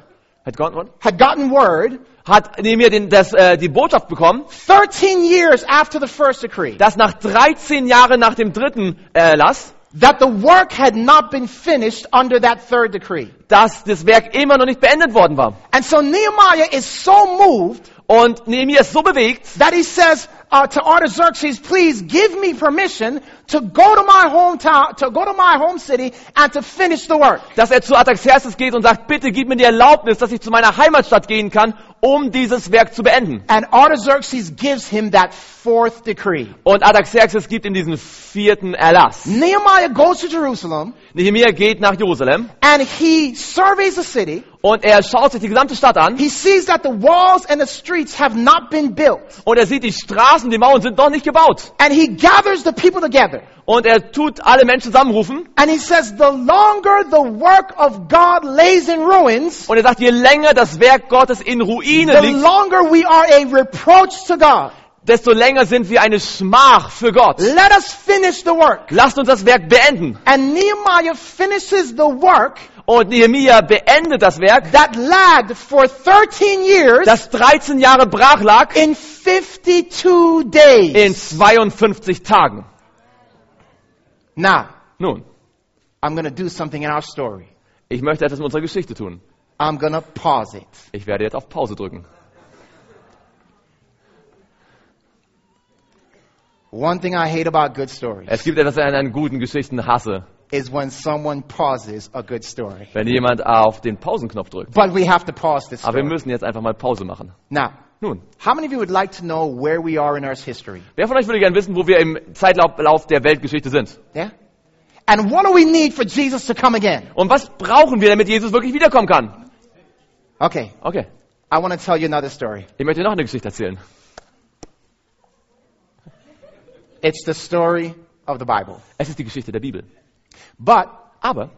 hat Gott- Gott- had gotten word hat Nehemia den, das, äh, die Botschaft bekommen, 13 years after the first decree dass nach 13 Jahren nach dem dritten Erlass, that the work had not been finished under that third decree. dass das Werk immer noch nicht beendet worden war. And so Nehemiah is so moved Und Nehemia ist so bewegt, that he says uh, to Artaxerxes, please give me permission to go to my hometown, to go to my home city and to finish the work. dass er zu Artaxerxes geht und sagt, bitte gib mir die Erlaubnis, dass ich zu meiner Heimatstadt gehen kann, um dieses Werk zu beenden. And Artaxerxes gives him that fourth decree. Und Artaxerxes gibt ihm diesen vierten Erlass. Nehemiah goes to Jerusalem Nehemia geht nach Jerusalem and he surveys the city Und er schaut sich die gesamte Stadt an He sees that the walls and the streets have not been built. und er sieht, die Straßen, die Mauern sind noch nicht gebaut. And he gathers the people together. Und er tut alle Menschen zusammenrufen And he says, the longer the work of God lays in ruins, und er sagt, je länger das Werk Gottes in Ruinen the liegt, longer we are a reproach to God. desto länger sind wir eine Schmach für Gott. Let us finish the work. Lasst uns das Werk beenden. And Nehemiah finishes the work Und Nehemia beendet das Werk, that lagged for 13 years das 13 Jahre brach lag, in 52 days. in 52 Tagen. now, Nun, I'm going to do something in our story. ich möchte etwas in unserer Geschichte tun. I'm going to pause it. Ich werde jetzt auf Pause drücken. One thing I hate about good stories Es gibt etwas, was ich an guten Geschichten hasse, is when someone pauses a good story. wenn jemand auf den Pausenknopf drückt. But we have to pause this Aber wir story. müssen jetzt einfach mal Pause machen. Now, Nun, how many of you would like to know where we are in Earth's history? wer von euch würde gerne wissen, wo wir im Zeitlauf der Weltgeschichte sind? Yeah? And what do we need for Jesus to come again? Und was brauchen wir, damit Jesus wirklich wiederkommen kann? Okay, Okay, I want to tell you another story. ich möchte noch eine Geschichte erzählen. It's the story of the Bible. Es ist die Geschichte der Bibel. But Aber,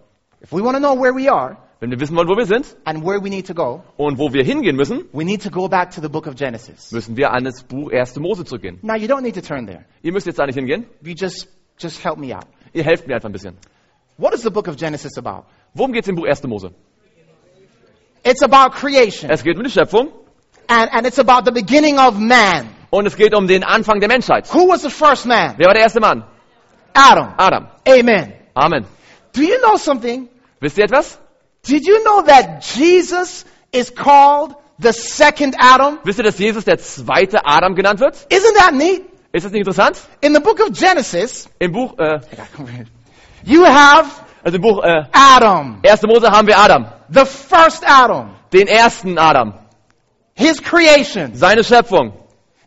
if we want to know where we are wenn wir wissen wollen, wo wir sind and where we need to go, und wo wir hingehen müssen, we need to go back to the book of Genesis. müssen wir an das Buch 1. Mose zurückgehen. Now, you don't need to turn there. Ihr müsst jetzt da nicht hingehen. You just, just help me out. Ihr helft mir einfach ein bisschen. What is the book of Genesis about? Worum geht es im Buch 1. Mose? It's about creation. Es geht um die Schöpfung And, and it's about the beginning of man. und es geht um den Anfang der Menschheit. Who was the first man? Wer war der erste Mann? Adam. Adam. Amen. Amen. Do you know something? Wisst ihr etwas? Did you know that Jesus is called the second Adam? Wisst ihr, dass Jesus der zweite Adam genannt wird? Isn't that neat? Ist das nicht interessant? In the book of Genesis, Im Buch, äh, you have also im Buch äh, Adam, 1. Mose haben wir Adam. the first Adam, Den ersten Adam. his creation. Seine Schöpfung.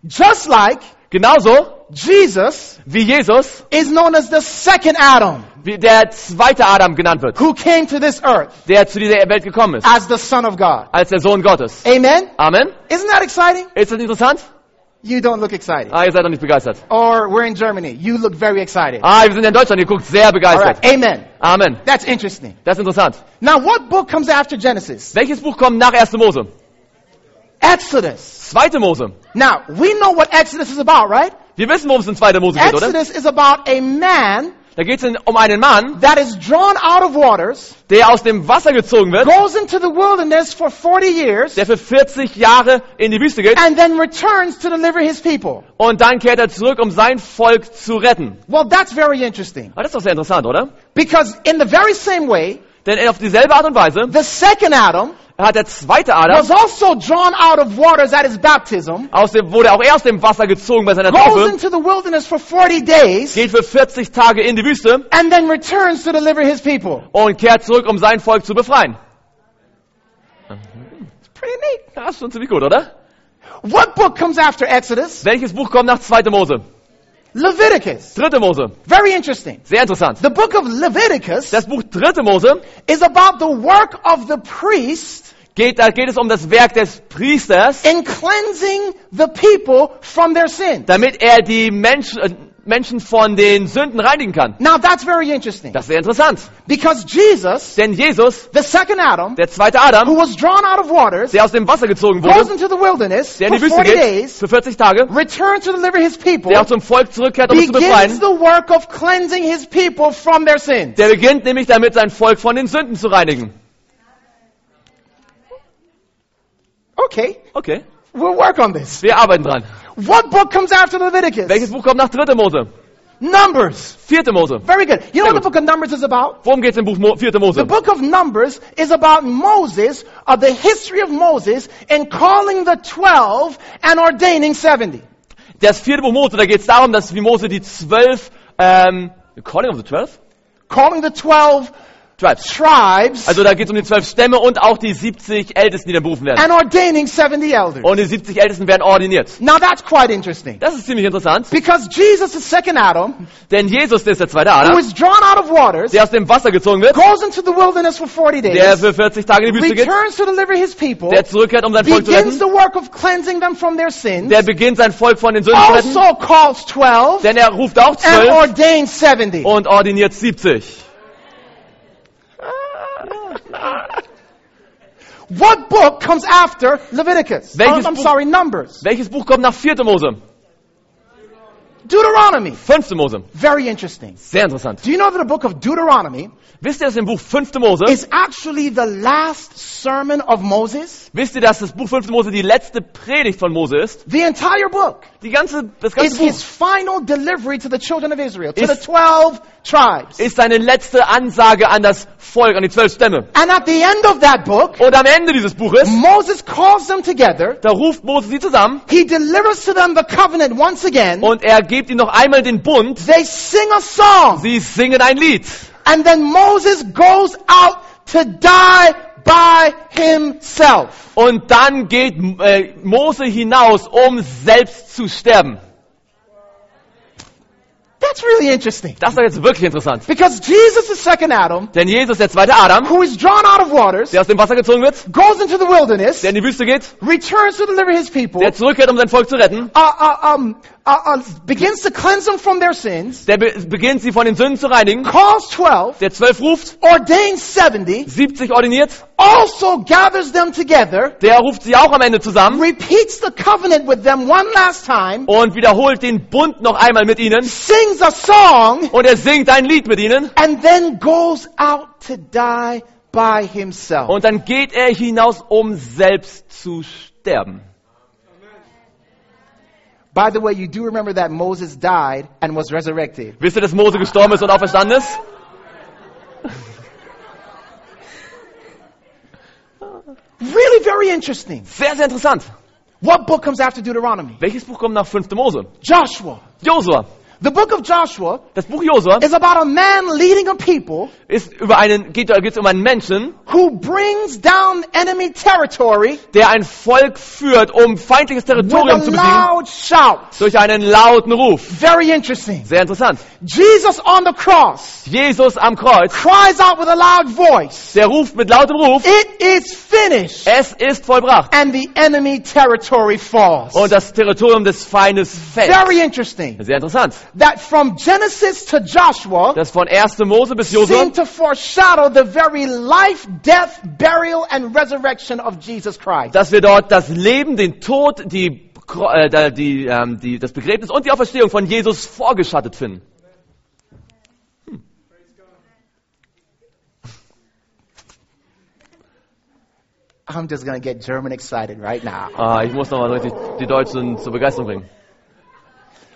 Just like Genauso Jesus wie Jesus, is known as the second Adam wie der zweite Adam genannt wird, who came to this earth der zu dieser Welt gekommen ist, as the Son of God. als der Sohn Gottes. Amen? Amen. Isn't that exciting? Ist das nicht interessant? You don't look excited. Ah, ihr seid noch nicht begeistert. Or we're in Germany. You look very excited. Ah, wir sind in Deutschland, ihr guckt sehr All begeistert. right. Amen. Amen. That's interesting. Das ist interessant. Now, what book comes after Genesis? Welches Buch kommt nach 1. Mose? Exodus. Zweite Mose. Now, we know what Exodus is about, right? Wir wissen, worum es in 2. Mose geht, oder? Exodus is about a man Da geht es um einen Mann, that is drawn out of waters, der aus dem Wasser gezogen wird, goes into the wilderness for 40 years, der für 40 Jahre in die Wüste geht and then returns to deliver his people. und dann kehrt er zurück, um sein Volk zu retten. Well, that's very interesting. Aber das ist doch sehr interessant, oder? Because in the very same way, Denn auf dieselbe Art und Weise the second Adam hat der zweite Adam, was also drawn out of waters at his baptism, aus dem, wurde auch er aus dem Wasser gezogen bei seiner goes Taufe, into the wilderness for 40 days, geht für 40 Tage in die Wüste and then returns to deliver his people. und kehrt zurück, um sein Volk zu befreien. It's pretty neat. Das ist schon ziemlich gut, oder? What book comes after Exodus? Welches Buch kommt nach 2. Mose? Leviticus. Dritte Mose. Very interesting. Sehr interessant. The book of Leviticus Das Buch Dritte Mose is about the work of the priest geht, da geht es um das Werk des Priesters, in cleansing the people from their sin. damit er die Menschen, äh, Menschen von den Sünden reinigen kann. Now that's very interesting Das ist sehr interessant. because Jesus, Denn Jesus, the second Adam, der zweite who Adam, was drawn out of waters, der aus dem Wasser gezogen goes wurde, into the wilderness der in for die Wüste 40 geht, days, für 40 Tage, returns to deliver his people, der auch zum Volk zurückkehrt, um es zu begins befreien, the work of cleansing his people from their sin. der beginnt nämlich damit, sein Volk von den Sünden zu reinigen. Okay, Okay, we'll work on this. wir arbeiten dran. What book comes after Leviticus? Welches Buch kommt nach 3. Mose? Numbers. Vierte Mose. Very good. You know what Sehr the gut. book of Numbers is about? Worum geht es im Buch Mo 4. The Mose? book of Numbers is about Moses, of the history of Moses, and calling the 12 and ordaining 70. Das vierte Buch Mose, da geht es darum, dass wie Mose die zwölf, ähm, calling of the twelve? Calling the 12 Tribes. tribes, Also da geht es um die zwölf Stämme und auch die 70 Ältesten, die dann berufen werden. and ordaining 70 elders. Und die 70 Ältesten werden ordiniert. Now that's quite interesting. Das ist ziemlich interessant, Because Jesus, the second Adam, denn Jesus der ist der zweite who Adam, is drawn out of waters, der aus dem Wasser gezogen wird, goes into the wilderness for 40 der days, für 40 Tage in die Wüste geht, returns to deliver his people, der zurückkehrt, um sein Volk zu begins retten, the work of cleansing them from their sins, der beginnt sein Volk von den Sünden zu retten, also calls 12, denn er ruft auch and zwölf ordains 70. und ordiniert 70. What book comes after Leviticus? Welches Oh, I'm Buch- sorry, Numbers. Welches Buch kommt nach 4. Mose? Deuteronomy. 5. Mose. Very interesting. Sehr interessant. Do you know that the book of Deuteronomy Wisst ihr, dass im Buch 5. Mose, is actually the last sermon of Moses? wisst ihr, dass das Buch 5. Mose die letzte Predigt von Mose ist? The entire book Die ganze, das ganze is Buch his final delivery to the children of Israel, to Is- the 12 tribes. ist seine letzte Ansage an das Volk, an die zwölf Stämme. And at the end of that book, Und am Ende dieses Buches, Moses calls them together. da ruft Mose sie zusammen He delivers to them the covenant once again. und er gibt ihnen noch einmal den Bund. They sing a song. Sie singen ein Lied. And then Moses goes out to die by himself. Und dann geht äh, Mose hinaus, um selbst zu sterben. That's really interesting. Das war jetzt wirklich interessant. Because Jesus, the second Adam, Denn Jesus, der zweite Adam, who is drawn out of waters, der aus dem Wasser gezogen wird, goes into the wilderness, der in die Wüste geht, returns to deliver his people, der zurückkehrt, um sein Volk zu retten, uh, uh, um, uh, uh, begins to cleanse them from their sins, der be beginnt, sie von den Sünden zu reinigen, calls 12, der zwölf ruft, ordains 70, 70 ordiniert, also gathers them together, der ruft sie auch am Ende zusammen repeats the covenant with them one last time, und wiederholt den Bund noch einmal mit ihnen sings a song, und er singt ein Lied mit ihnen and then goes out to die by himself. und dann geht er hinaus, um selbst zu sterben. By the way, you do remember that Moses died and was resurrected. Wisst ihr, dass Mose gestorben ist und auferstanden ist? Really very interesting. Sehr, sehr interessant. What book comes after Deuteronomy? Welches Buch kommt nach 5. Mose? Joshua. Josua. The book of Joshua Das Buch Josua is about a man leading a people ist über einen, geht es um einen Menschen, who brings down enemy territory der ein Volk führt, um feindliches with Territorium a zu besiegen, loud shout. durch einen lauten Ruf. Very interesting. Sehr interessant. Jesus on the cross Jesus am Kreuz, cries out with a loud voice, der ruft mit lautem Ruf, It is finished! es ist vollbracht. And the enemy territory falls. Und das Territorium des Feindes fällt. Very interesting. Sehr interessant. That from Genesis to Joshua, Das von 1. Mose bis Josua seem to foreshadow the very life, death, burial, and resurrection of Jesus Christ. dass wir dort das Leben, den Tod, die, Kro- äh, da- die, ähm, die, das Begräbnis und die Auferstehung von Jesus vorgeschattet finden. I'm just gonna get German excited right now. Ah, ich muss nochmal richtig die Deutschen zur Begeisterung bringen.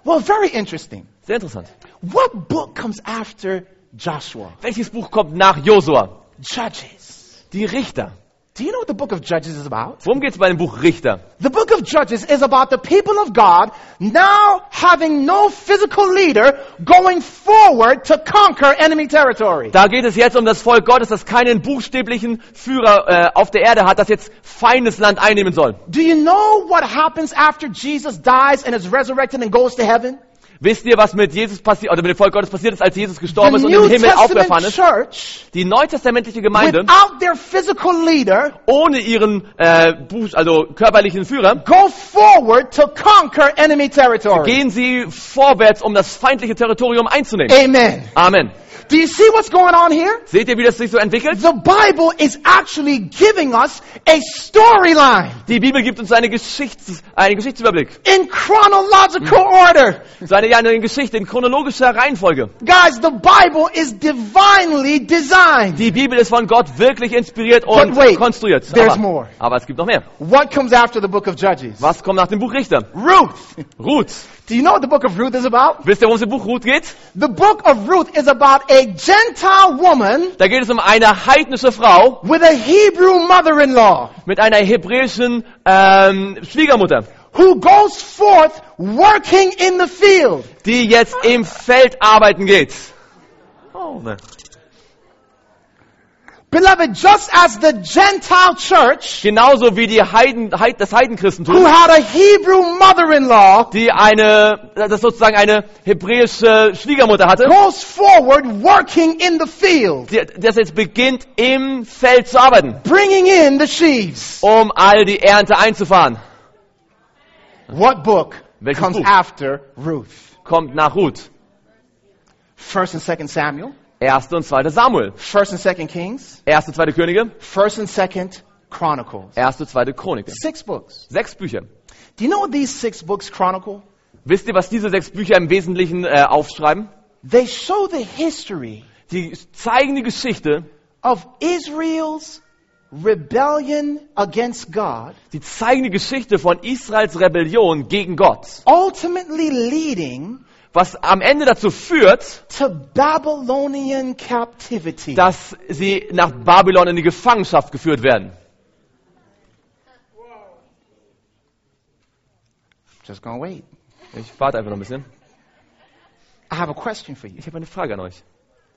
Well, very interesting. Sehr interessant. What book comes after Joshua? Welches Buch kommt nach Josua? Judges. Die Richter. Do you know what the book of Judges is about? Worum geht es bei dem Buch Richter? The book of Judges is about the people of God now having no physical leader going forward to conquer enemy territory. Da geht es jetzt um das Volk Gottes, das keinen buchstäblichen Führer äh, auf der Erde hat, das jetzt feindes Land einnehmen soll. Do you know what happens after Jesus dies and is resurrected and goes to heaven? Wisst ihr, was mit Jesus passiert, oder mit dem Volk Gottes passiert ist, als Jesus gestorben The ist und im New Himmel auferfahren Testament ist? church Die neutestamentliche Gemeinde, without their physical leader, ohne ihren äh, Buch, also körperlichen Führer, go forward to conquer enemy territory. gehen sie vorwärts, um das feindliche Territorium Äh. einzunehmen. Amen. Amen. Do you see what's going on here? Seht ihr, wie das sich so entwickelt? The Bible is actually giving us a storyline Die Bibel gibt uns einen, Geschichts-, einen Geschichtsüberblick. in chronological order. So eine, ja, eine Geschichte in chronologischer Reihenfolge. Guys, the Bible is divinely designed. Die Bibel ist von Gott wirklich inspiriert und But wait, konstruiert. there's Aber, more. aber es gibt noch mehr. What comes after the book of Judges? Was kommt nach dem Buch Richter? Ruth. Ruth. Do you know what the book of Ruth is about? Wisst ihr, worum es im Buch Ruth geht? The book of Ruth is about a Gentile woman Da geht es um eine heidnische Frau with a Hebrew mother-in-law. mit einer hebräischen ähm, Schwiegermutter, who goes forth working in the field. die jetzt im Feld arbeiten geht. Oh, ne. Beloved, just as the Gentile church, Genauso wie die Heiden, Heid, das who Heidenchristentum, had a Hebrew mother-in-law, die eine, äh, das sozusagen eine hebräische Schwiegermutter hatte, goes forward working in the field, die, das jetzt beginnt im Feld zu arbeiten, bringing in the sheaves. um all die Ernte einzufahren. What book Welches comes Buch? after Ruth? Kommt nach Ruth. First and Second Samuel, 1. und 2. Samuel. First and Second Kings, 1. und 2. Könige. First and Second Chronicles. 1. und 2. Chronik. Six books. Sechs Bücher. Do you know what these six books chronicle? Wisst ihr, was diese sechs Bücher im Wesentlichen äh, aufschreiben? They show the history Die zeigen die Geschichte, of Israel's rebellion against God, die zeigen die Geschichte von Israels Rebellion gegen Gott, ultimately leading was am Ende dazu führt, to Babylonian captivity. dass sie nach Babylon in die Gefangenschaft geführt werden. Just gonna wait. Ich warte einfach noch ein bisschen. I have a question for you. Ich habe eine Frage an euch.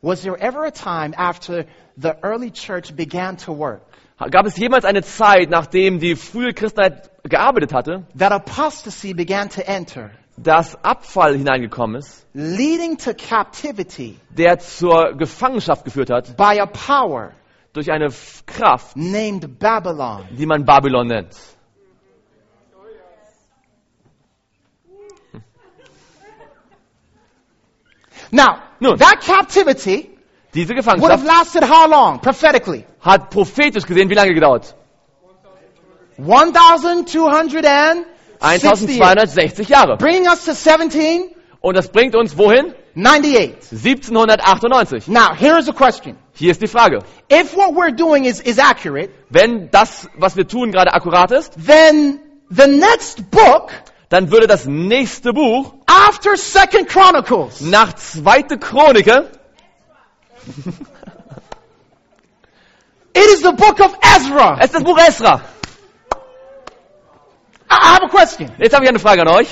Was there ever a time after the early church began to work Gab es jemals eine Zeit, nachdem die frühe Christenheit gearbeitet hatte, that apostasy began to enter, dass Abfall hineingekommen ist, leading to captivity der zur Gefangenschaft geführt hat, by a power durch eine F- Kraft, named Babylon? die man Babylon nennt? Now, No. that captivity Diese would have Gefangenschaft lasted how long, prophetically? hat prophetisch gesehen wie lange gedauert? 1,260 years. 1260 Jahre. Bringing us to 1798. Und das bringt uns wohin? 1798. Now, here is a question. Hier ist die Frage. If what we're doing is, is accurate, Wenn das, was wir tun, gerade akkurat ist, then the next book dann würde das nächste Buch after Second Chronicles nach zweite Chronike, It is the book of Ezra. es ist das Buch Esra. I I have a question. Jetzt habe ich eine Frage an euch.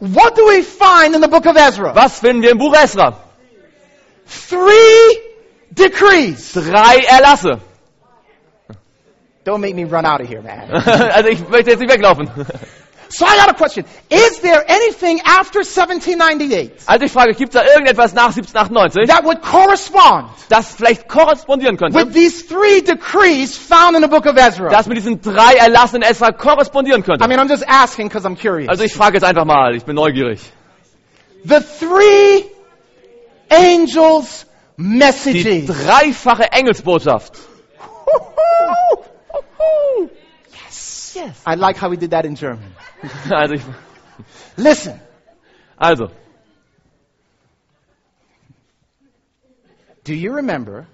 What do we find in the book of Ezra? Was finden wir im Buch Esra? Three decrees. Drei Erlasse. Don't make me run out of here, man. also ich möchte jetzt nicht weglaufen. So I got a question. Is there anything after 1798 Also ich frage, gibt es da irgendetwas nach 1798, that would correspond das vielleicht korrespondieren könnte? with these three decrees found in the book of Ezra? Das mit diesen drei Erlassen in Esra korrespondieren I könnte? mean, I'm just asking because I'm curious. Also ich frage jetzt einfach mal, ich bin neugierig. The three angels' Die messages. dreifache Engelsbotschaft. Oh, I like how we did that in German. Also, ich, Listen, also, do you remember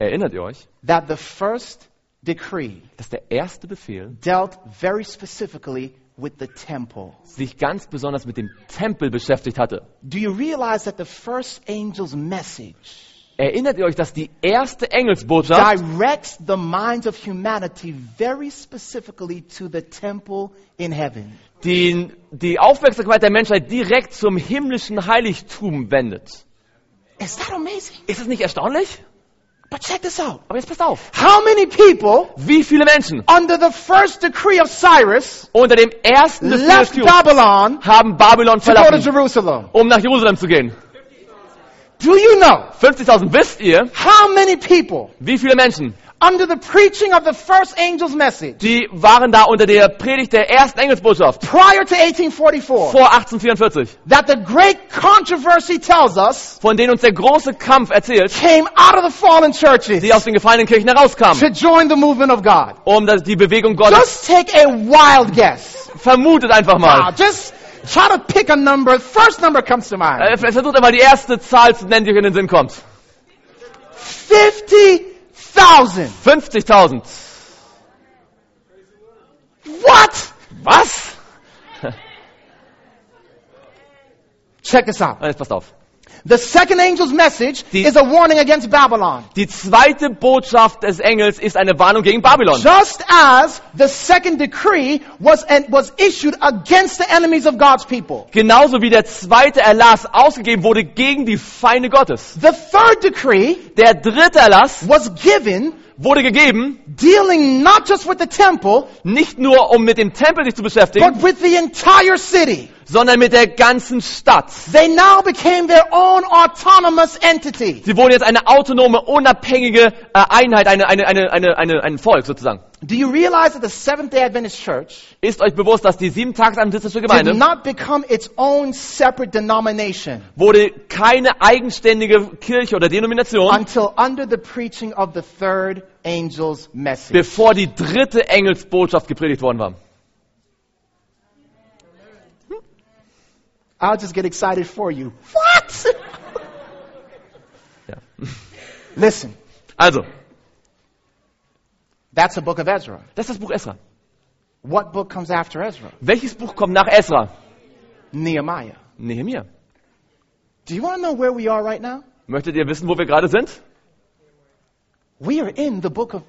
erinnert ihr euch, that the first decree dass der erste Befehl dealt very specifically with the temple? sich ganz besonders mit dem Tempel beschäftigt hatte? Do you realize that the first angel's message Erinnert ihr euch, dass die erste Engelsbotschaft directs the minds of humanity very specifically to the temple in heaven? die, die Aufmerksamkeit der Menschheit direkt zum himmlischen Heiligtum wendet? Is that amazing? Ist das nicht erstaunlich? But check this out. Aber jetzt passt auf. How many people Wie viele Menschen under the first decree of Cyrus unter dem ersten Befehl left Kyrios Babylon haben Babylon to go to verlassen, Jerusalem? um nach Jerusalem zu gehen? Do you know 50.000, wisst ihr, how many people wie viele Menschen under the preaching of the first angel's message die waren da unter der Predigt der ersten Engelsbotschaft prior to 1844 vor 1844, that the great controversy tells us von denen uns der große Kampf erzählt, came out of the fallen churches die aus den gefallenen Kirchen herauskamen, to join the movement of God. um das, die Bewegung Gottes. Just take a wild guess. Uh, Vermutet einfach Now, mal. just try to pick a number. First number comes to mind. Äh, Versucht einmal die erste Zahl zu nennen, die euch in den Sinn kommt. 50,000. 50.000. What? Was? Check this out. Ah, Jetzt passt auf. The second angel's message Die- is a warning against Babylon. Die zweite Botschaft des Engels ist eine Warnung gegen Babylon. Just as the second decree was, and was issued against the enemies of God's people. Genauso wie der zweite Erlass ausgegeben wurde gegen die Feinde Gottes. The third decree Der dritte Erlass was given wurde gegeben, dealing not just with the temple, nicht nur um mit dem Tempel sich zu beschäftigen, but with the entire city. sondern mit der ganzen Stadt. They now became their own autonomous entity. Sie wurden jetzt eine autonome, unabhängige äh, Einheit, eine, eine, eine, eine, eine, ein Volk sozusagen. Do you realize that the Seventh day Adventist Church Ist euch bewusst, dass die sieben-Tages-adventistische did Gemeinde not become its own separate denomination wurde keine eigenständige Kirche oder Denomination, until under the preaching of the third angel's message? bevor die dritte Engelsbotschaft gepredigt worden war. I'll just get excited for you. What? Ja. Listen, Also, that's the book of Ezra. das ist das Buch Esra. What book comes after Ezra? Welches Buch kommt nach Esra? Nehemiah. Nehemiah. Do you want to know where we are right now? Möchtet ihr wissen, wo wir gerade sind? We are in the book of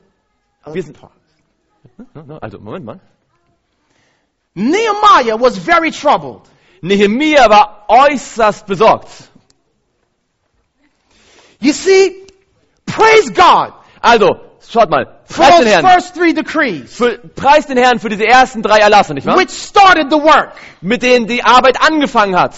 Wir sind- No, no, Also, Moment mal. Nehemiah was very troubled. Nehemiah war äußerst besorgt. You see, praise God Also, schaut mal. for Preist den those Herrn. first three decrees, Für, preist den Herrn für diese ersten drei Erlasse, nicht wahr? which started the work. Mit denen die Arbeit angefangen hat.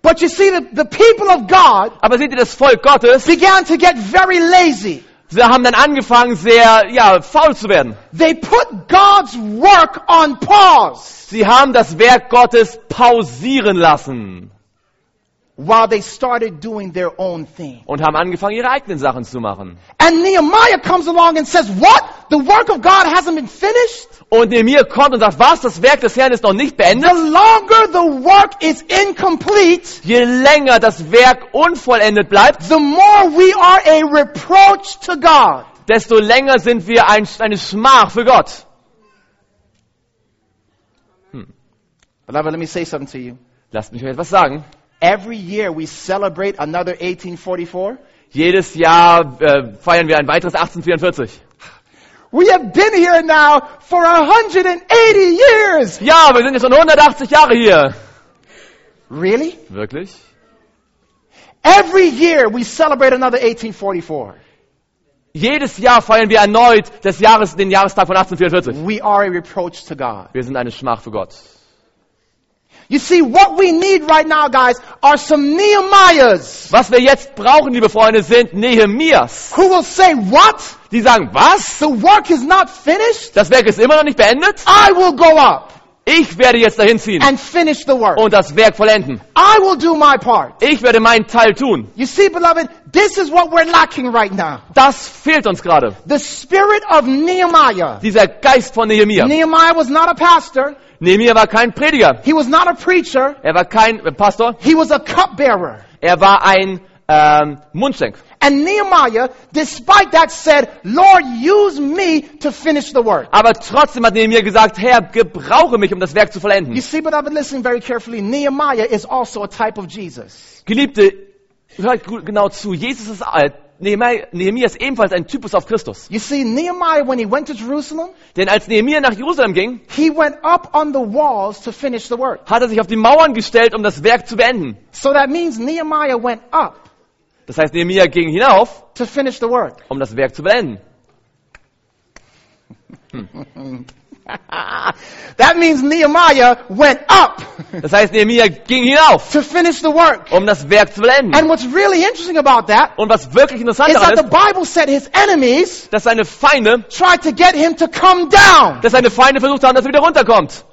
But you see, the, the people of God Aber seht ihr, das Volk Gottes, began to get very lazy. sie haben dann angefangen, sehr, ja, faul zu werden. They put God's work on pause Sie haben das Werk Gottes pausieren lassen while they started doing their own thing. und haben angefangen, ihre eigenen Sachen zu machen. And Nehemiah comes along and says, what? The work of God hasn't been finished? Und Nehemiah kommt und sagt, was, das Werk des Herrn ist noch nicht beendet? The longer the work is incomplete, Je länger das Werk unvollendet bleibt, the more we are a reproach to God. desto länger sind wir ein, eine Schmach für Gott. Beloved, let me say something to you. Lasst mich euch etwas sagen. Every year we celebrate another 1844. Jedes Jahr äh, feiern wir ein weiteres 1844. We have been here now for 180 years. Ja, wir sind jetzt schon 180 Jahre hier. Really? Wirklich? Every year we celebrate another 1844. Jedes Jahr feiern wir erneut des Jahres, den Jahrestag von 1844. We are a reproach to God. Wir sind eine Schmach für Gott. You see, what we need right now, guys, are some Nehemiahs Was wir jetzt brauchen, liebe Freunde, sind Nehemias. who will say, what? Die sagen, was? The work is not finished? Das Werk ist immer noch nicht beendet? I will go up Ich werde jetzt dahin ziehen and finish the work. und das Werk vollenden. I will do my part. Ich werde meinen Teil tun. You see, beloved, this is what we're lacking right now. Das fehlt uns gerade. The spirit of Nehemiah. Dieser Geist von Nehemia. Nehemiah was not a pastor. Nehemia war kein Prediger. He was not a preacher. Er war kein äh, Pastor. He was a cupbearer. Er war ein ähm, Mundschenk. And Nehemiah, despite that, said, Lord, use me to finish the work. Aber trotzdem hat Nehemia gesagt, Herr, gebrauche mich, um das Werk zu You vollenden. see, but I've been listening very carefully. Nehemiah is also a type of Jesus. Geliebte, hört gut genau zu. Jesus ist alt. Nehemia Nehemia ist ebenfalls ein Typus auf Christus. You see, Nehemiah, when he went to Jerusalem, Denn als Nehemia nach Jerusalem ging, he went up on the walls to finish the work. hat er sich auf die Mauern gestellt, um das Werk zu beenden. So that means Nehemiah went up Das heißt, Nehemia ging hinauf, to finish the work. um das Werk zu beenden. That means Nehemiah went up Das heißt, Nehemia ging hinauf, to finish the work. um das Werk zu beenden. And what's really interesting about that Und was wirklich interessant is that daran the ist, Bible said his enemies dass seine Feinde, tried to get him to come down. dass seine Feinde versucht haben, dass er wieder runterkommt.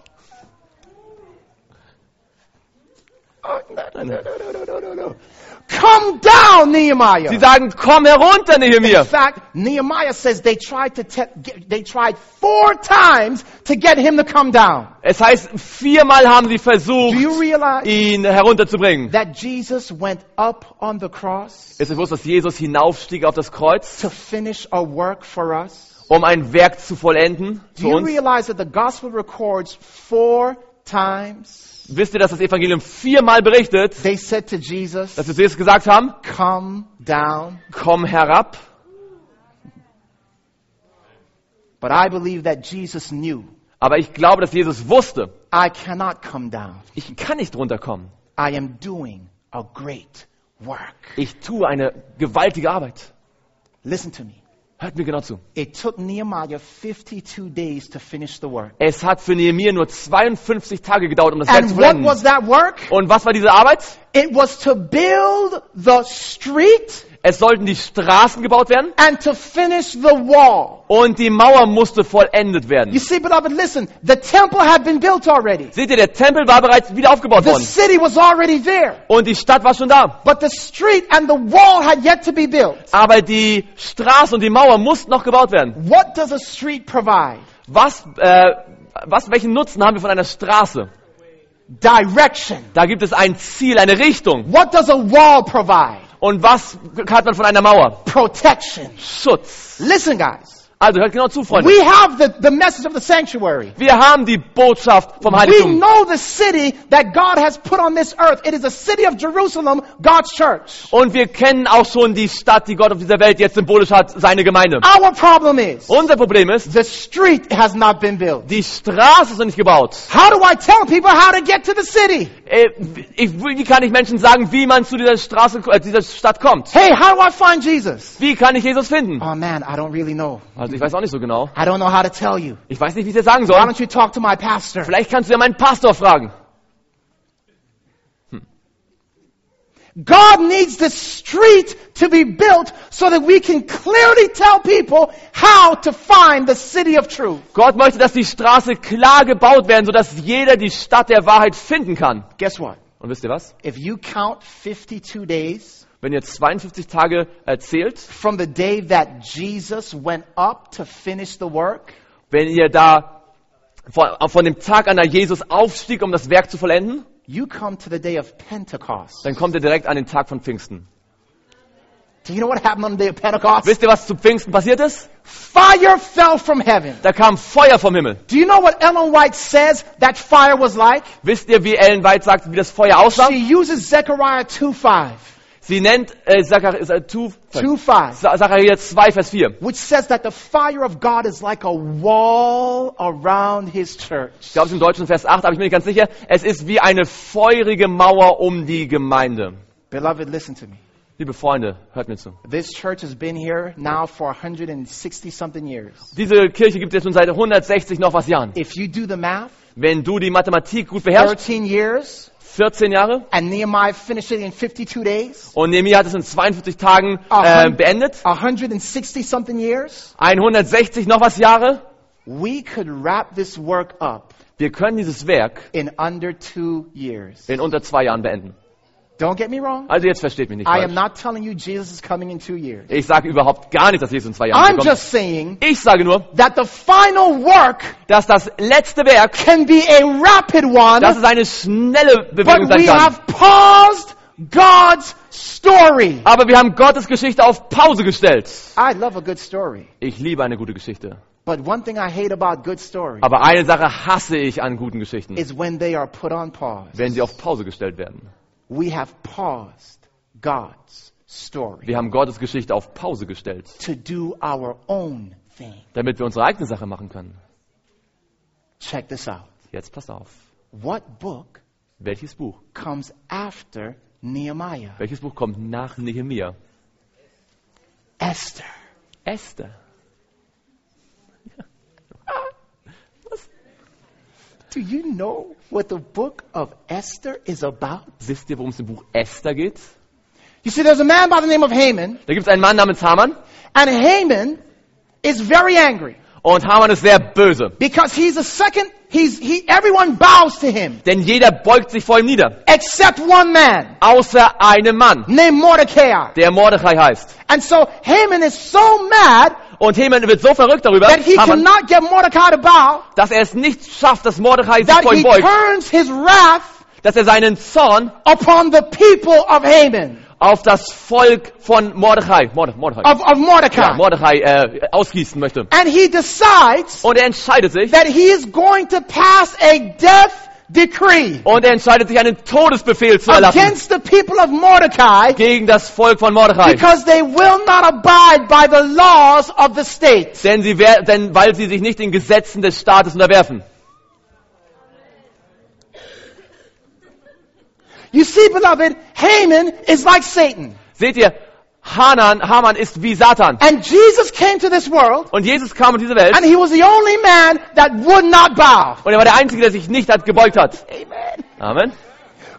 Come down, Sie Nehemiah. sagen, komm herunter, In Nehemia. fact, Nehemiah says they tried to te- get- they tried four times to get him to come down. Es heißt, viermal haben sie Do versucht, you realize ihn herunterzubringen. that Jesus went up on the cross Ist es bewusst, dass Jesus hinaufstieg auf das Kreuz, to finish a work for us? um ein Werk zu vollenden Do für you uns? realize that the gospel records four times Wisst ihr, dass das Evangelium viermal berichtet, they said to Jesus, dass wir zu Jesus gesagt haben, "Come down." komm herab? But I believe that Jesus knew, Aber ich glaube, dass Jesus wusste, "I cannot come down. ich kann nicht runterkommen. I am doing a great work. Ich tue eine gewaltige Arbeit. Listen to me. Hört mir genau zu. It took Nehemiah 52 days to finish the work. Es hat für Nehemiah nur 52 Tage gedauert, um das Werk zu And what vollenden. was that work? Und was war diese Arbeit? It was to build the street Es sollten die Straßen gebaut werden and to finish the wall. und die Mauer musste vollendet You werden. see, beloved, listen. The temple had been built already. Seht ihr, der Tempel war bereits wieder aufgebaut The worden. city was already there. Und die Stadt war schon da. But the street and the wall had yet to be built. Aber die Straße und die Mauer mussten noch gebaut werden. What does a street provide? Was, äh, was, welchen Nutzen haben wir von einer Straße? Direction. Da gibt es ein Ziel, eine Richtung. What does a wall provide? Und was hat man von einer Mauer? Protection. Schutz. Listen, guys. Also hört genau zu, Freunde. We have the, the message of the sanctuary. Wir haben die Botschaft vom We Heiligtum. know the city that God has put on this earth. It is the city of Jerusalem, God's church. Und wir kennen auch schon die Stadt, die Gott auf dieser Welt jetzt symbolisch hat, seine Gemeinde. Our problem is Unser Problem ist, the street has not been built. die Straße ist noch nicht gebaut. How do I tell people how to get to the city? Äh, ich, wie kann ich Menschen sagen, wie man zu dieser Straße, äh, dieser Stadt kommt? Hey, how do I find Jesus? Wie kann ich Jesus finden? Oh man, I don't really know. Also ich weiß auch nicht so genau. I don't know how to tell you. Ich weiß nicht, wie ich das sagen Why soll. don't you talk to my pastor? Vielleicht kannst du ja meinen Pastor fragen. God needs the street to be built so that we can clearly tell people how to find the city of truth. Gott möchte, dass die Straße klar gebaut werden, sodass jeder die Stadt der Wahrheit finden kann. Guess what? Und wisst ihr was? If you count 52 days Wenn ihr 52 Tage erzählt, from the day that Jesus went up to finish the work, wenn ihr da von, von dem Tag an, da Jesus aufstieg, um das Werk zu vollenden, you come to the day of Pentecost. dann kommt ihr direkt an den Tag von Pfingsten. Do you know what happened on the day of Pentecost? Wisst ihr, was zu Pfingsten passiert ist? Fire fell from heaven. Da kam Feuer vom Himmel. Do you know what Ellen White says that fire was like? Wisst ihr, wie Ellen White sagt, wie das Feuer aussah? She uses Zechariah 2.5. Sie nennt äh, Zachar äh, tu- 2.5. Sa- Zachariah 2, Vers 4. Which says that the fire of God is like a wall around his Ich church. glaube, es ist im deutschen Vers 8, aber ich bin nicht ganz sicher. Es ist wie eine feurige Mauer um die Gemeinde. Beloved, listen to me. Liebe Freunde, hört mir zu. This church has been here now for 160 something years. Diese Kirche gibt es jetzt schon seit 160 noch was Jahren. If you do the math, Wenn du die Mathematik gut beherrschst, 13 years, 14 Jahre, and Nehemiah finished it in 52 days, und Nehemiah hat es in 42 Tagen äh, Aha. beendet, 160 something years, 160 noch was Jahre, we could wrap this work up wir können dieses Werk in under two years. in unter zwei Jahren beenden. Don't get me wrong. Also jetzt versteht mich nicht I am not falsch. telling you Jesus is coming in two years. Ich sage überhaupt gar nicht, dass Jesus in zwei Jahren I'm kommt. just saying Ich sage nur, that the final work dass das letzte Werk, can be a rapid one, dass es eine schnelle Bewegung but sein we kann. have paused God's story. Aber wir haben Gottes Geschichte auf Pause gestellt. I love a good story, Ich liebe eine gute Geschichte. but one thing I hate about good stories Aber eine Sache hasse ich an guten Geschichten. is when they are put on pause. Wenn sie auf Pause gestellt werden. We have paused God's story Wir haben Gottes Geschichte auf Pause gestellt, to do our own thing. damit wir unsere eigene Sache machen können. Check this out. Jetzt pass auf. What book Welches Buch? comes after Nehemiah? Welches Buch kommt nach Nehemia? Esther. Esther. Do you know what the book of Esther is about? Wisst ihr, worum es im Buch Esther geht? You see, there's a man by the name of Haman, Da gibt es einen Mann namens Haman. and Haman is very angry Und Haman ist sehr böse. because he's the second. He's he. Everyone bows to him Denn jeder beugt sich vor ihm nieder. except one man Außer einem Mann, named Mordecai. der Mordechai heißt. And so Haman is so mad Und Haman wird so verrückt darüber, that he Haman, cannot get Mordecai to bow dass er es nicht schafft, dass Mordechai sich that vor ihm he beugt. turns his wrath Dass er seinen Zorn upon the people of Haman auf das Volk von Mordechai, Morde, Mordechai, of, of ja, Mordecai, Mordechai äh, ausgießen möchte. and he decides Und er entscheidet sich, that he is going to pass a death decree und er entscheidet sich, einen Todesbefehl zu erlassen against the people of Mordecai gegen das Volk von Mordechai. because they will not abide by the laws of the state. Denn, sie wer denn weil sie sich nicht den Gesetzen des Staates unterwerfen. You see, beloved, Haman is like Satan. Seht ihr, Hanan, Haman ist wie Satan. And Jesus came to this world, Und Jesus kam in diese Welt and he was the only man that would not bow. und er war der Einzige, der sich nicht hat gebeugt hat. Amen. Amen.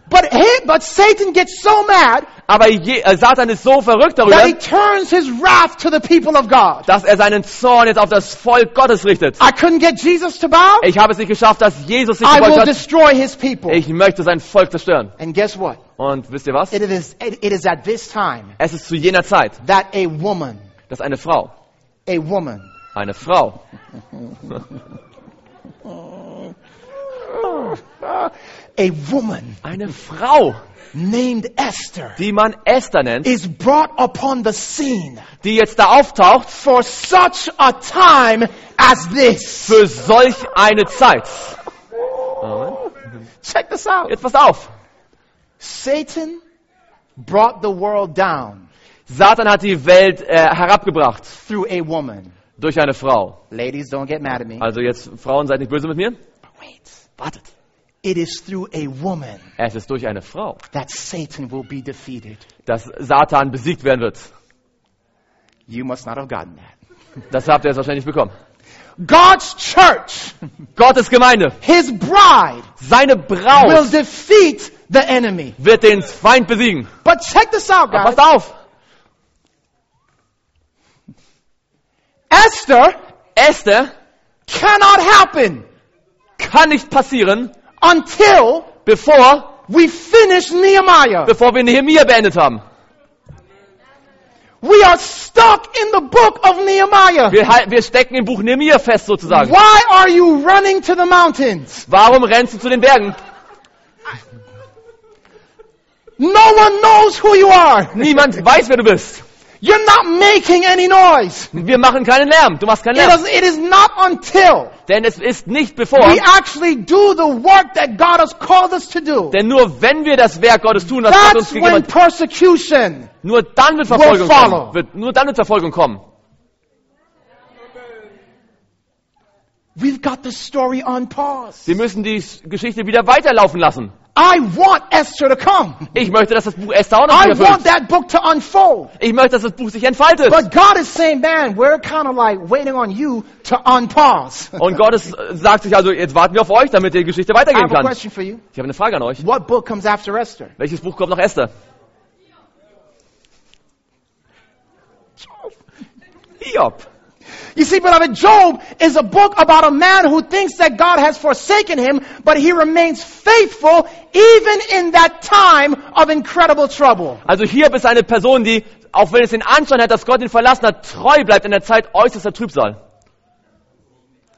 But, he, but Satan gets so mad Aber je, äh, Satan ist so verrückt darüber, that he turns his wrath to the people of God. dass er seinen Zorn jetzt auf das Volk Gottes richtet. I couldn't get Jesus to bow. Ich habe es nicht geschafft, dass Jesus sich I gebeugt will hat. destroy his people. Ich möchte sein Volk zerstören. And guess what? Und wisst ihr was? It is, it, it is at this time Es ist zu jener Zeit, that a woman, dass eine Frau, a woman, eine Frau, a woman eine Frau, named Esther die man Esther nennt, is brought upon the scene die jetzt da auftaucht for such a time as this. für solch eine Zeit. Check this out. Jetzt passt auf. Satan brought the world down Satan hat die Welt äh, herabgebracht through a woman. durch eine Frau. Ladies, don't get mad at me. Also jetzt, Frauen, seid nicht böse mit mir. Wait. Wartet. It is through a woman Es ist durch eine Frau, that Satan will be defeated. dass Satan besiegt werden wird. You must not have gotten that. Das habt ihr jetzt wahrscheinlich nicht bekommen. God's church, Gottes Gemeinde, his bride, seine will Braut defeat the enemy. wird den Feind besiegen. But check this out, Aber guys. passt auf. Esther Esther cannot happen kann nicht passieren, until bevor, we finish Nehemiah. bevor wir Nehemiah beendet haben. We are stuck in the book of Nehemiah. Wir, hal- wir stecken im Buch Nehemiah fest sozusagen. Why are you running to the mountains? Warum rennst du zu den Bergen? No one knows who you are. Niemand weiß, wer du bist. You're not making any noise. Wir machen keinen Lärm. Du machst keinen It Lärm. is, it is not until Denn es ist nicht bevor, we actually do the work that God has called us to do. denn nur wenn wir das Werk Gottes tun, das Gott uns That's gegeben when hat, persecution nur dann wird Verfolgung kommen. follow. Wird, nur dann wird Verfolgung kommen. We've got the story on pause. Wir müssen die S- Geschichte wieder weiterlaufen lassen. I want Esther to come. Ich möchte, dass das Buch Esther auch noch I wieder want that erfüllt. book to unfold. Ich möchte, dass das Buch sich entfaltet. But God is saying, man, we're kind of like waiting on you to unpause. Und Gott ist, äh, sagt sich also, jetzt warten wir auf euch, damit die Geschichte I weitergehen have a kann. question for you. Ich habe eine Frage an euch. What book comes after Esther? Welches Buch kommt nach Esther? Hiob. You see, beloved, Job is a book about a man who thinks that God has forsaken him, but he remains faithful even in that time of incredible trouble. Also Hiob ist eine Person, die, auch wenn es den Anschein hat, dass Gott ihn verlassen hat, treu bleibt in der Zeit äußerster Trübsal.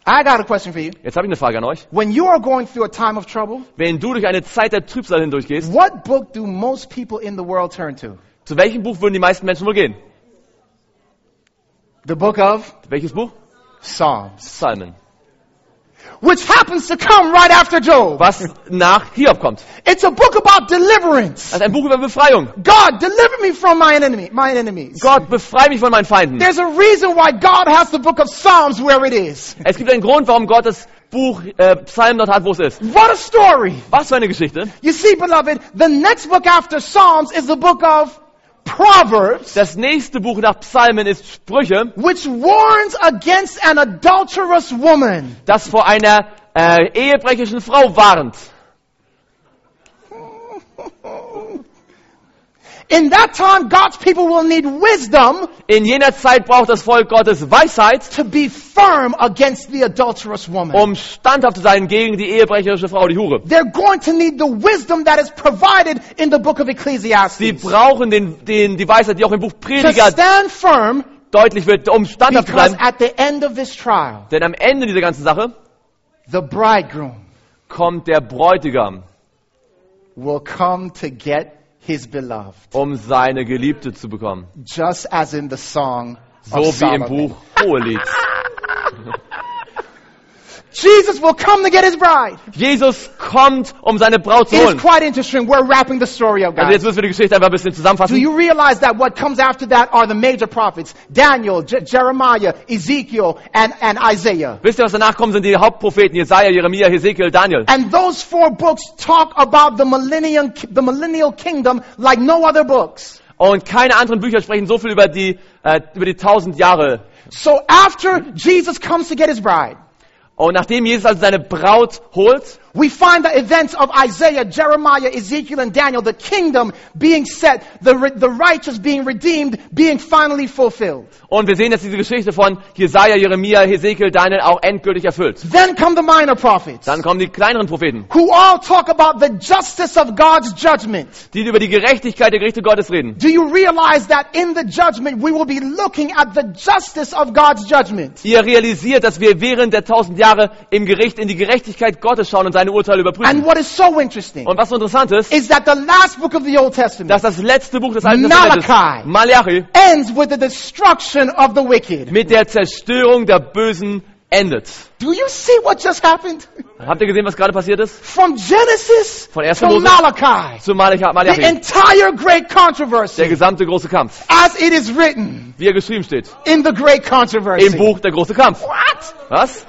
I got a question for you. Jetzt habe ich eine Frage an euch. When you are going through a time of trouble, Wenn du durch eine Zeit der Trübsal hindurchgehst, what book do most people in the world turn to? zu welchem Buch würden die meisten Menschen wohl gehen? The book of Welches Buch? Psalms, Psalmen. which happens to come right after Job. Was nach Hiob kommt. It's a book about deliverance. Das ist ein Buch über Befreiung. God, deliver me from my enemy, my enemies. Gott, befreie mich von meinen Feinden. There's a reason why God has the book of Psalms where it is. Es gibt einen Grund, warum Gott das Buch äh, Psalmen dort hat, wo es ist. What a story! Was für eine Geschichte. You see, beloved, the next book after Psalms is the book of Proverbs, Das nächste Buch nach Psalmen ist Sprüche, which warns against an adulterous woman. das vor einer äh, ehebrecherischen Frau warnt. In that time, God's people will need wisdom In jener Zeit braucht das Volk Gottes Weisheit, to be firm against the adulterous woman. um standhaft zu sein gegen die ehebrecherische Frau, die Hure. They're going to need the wisdom that is provided in the book of Sie Ecclesiastes brauchen den, den, die Weisheit, die auch im Buch to Prediger stand firm deutlich wird, um standhaft zu because bleiben. at the end of this trial, Denn am Ende dieser ganzen Sache the bridegroom kommt der Bräutigam, will come to get his beloved. um seine Geliebte zu bekommen. just as in the song So of wie im Solomon. Buch Hohelied. Jesus will come to get his bride. Jesus kommt, um seine Braut zu It is holen. quite interesting. We're wrapping the story up, Also guys. jetzt müssen wir die Geschichte einfach ein bisschen Do zusammenfassen. you realize that what comes after that are the major prophets? Daniel, Je- Jeremiah, Ezekiel, and, and Isaiah. Wisst ihr, was danach kommen, sind die Hauptpropheten Jesaja, Jeremia, Hesekiel, Daniel. And those four books talk about the millennium, the millennial kingdom like no other books. Und keine anderen Bücher sprechen so viel über die, äh, über die tausend Jahre. So after Jesus comes to get his bride, Und nachdem Jesus also seine Braut holt, we find the events of Isaiah, Jeremiah, Ezekiel, and Daniel, the kingdom being set, the, ri- the righteous being redeemed, being finally fulfilled. und wir sehen, dass diese Geschichte von Jesaja, Jeremia, Hesekiel, Daniel auch endgültig erfüllt. Then come the minor prophets, Dann kommen die kleineren Propheten, who all talk about the justice of God's judgment. die über die Gerechtigkeit der Gerichte Gottes reden. Do you realize that in the judgment we will be looking at the justice of God's judgment? Ihr realisiert, dass wir während der tausend Jahre im Gericht in die Gerechtigkeit Gottes schauen und seine Urteile And überprüfen. what is so interesting Und was so interessant ist, is that the last book of the Old Testament dass das letzte Buch des Alten Testamentes, Malachi. Malachi, ends with the destruction of the wicked. mit der Zerstörung der Bösen endet. Do you see what just happened? Habt ihr gesehen, was gerade passiert ist? From Genesis Von 1. to Mose. Malachi. Zu Malachi, The Malachi. entire great Der controversy, gesamte große Kampf, as it is written wie er geschrieben steht. in the great Im controversy. Buch der große Kampf. What? Was?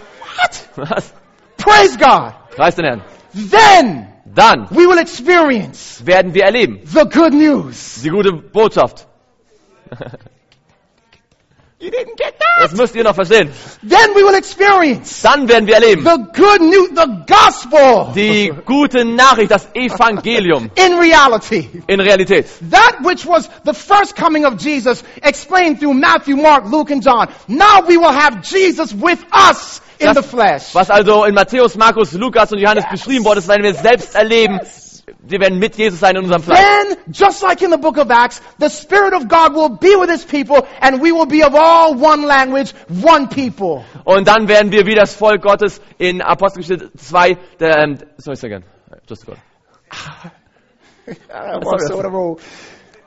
What? Was? Praise God. Preis den Herrn. Then Dann we will experience werden wir erleben. the good news. Die gute Botschaft. You didn't get that? Das müsst ihr noch verstehen. Then we will experience Dann werden wir erleben. the good news, the gospel Die gute Nachricht, das Evangelium in reality. in Realität. That which was the first coming of Jesus explained through Matthew, Mark, Luke, and John. Now we will have Jesus with us in Das- the flesh. Was also in Matthäus, Markus, Lukas und Johannes beschrieben worden ist, werden wir selbst erleben. Wir werden mit Jesus sein in unserem Fleisch. Then, just like in the book of Acts, the Spirit of God will be with His people and we will be of all one language, one people. Und dann werden wir wie das Volk Gottes in Apostelgeschichte 2, der, ähm, sorry, second. Just go.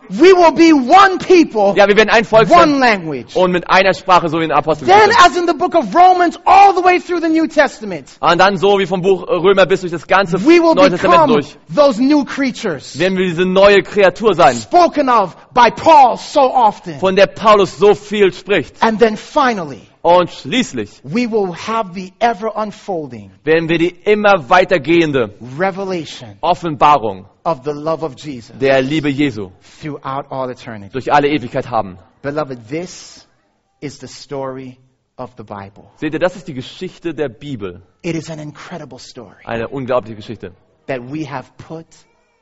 We will be one people, Ja, wir werden ein Volk one sein language. und mit einer Sprache, so wie in Then, Apostelgeschichte. as in the book of Romans, all the way through the New Testament, Und dann so wie vom Buch Römer bis durch das ganze we will Neue Testament become durch, those new creatures werden wir diese neue Kreatur sein, spoken of by Paul so often. von der Paulus so viel spricht. And then finally, Und schließlich we will have the ever unfolding werden wir die immer weitergehende revelation Offenbarung of the love of Jesus der Liebe Jesu throughout all eternity. durch alle Ewigkeit haben. Beloved, this is the story of the Bible. Seht ihr, das ist die Geschichte der Bibel. It is an incredible story Eine unglaubliche Geschichte, that we have put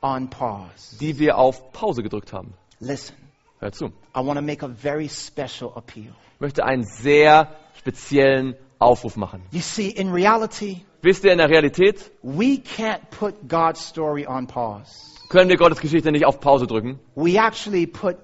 on pause. die wir auf Pause gedrückt haben. Listen, Hört zu. I want to make a very special appeal. Ich möchte einen sehr speziellen Aufruf machen. You see, in reality, Wisst ihr, in der Realität we can't put God's story on pause. können wir Gottes Geschichte nicht auf Pause drücken. We actually put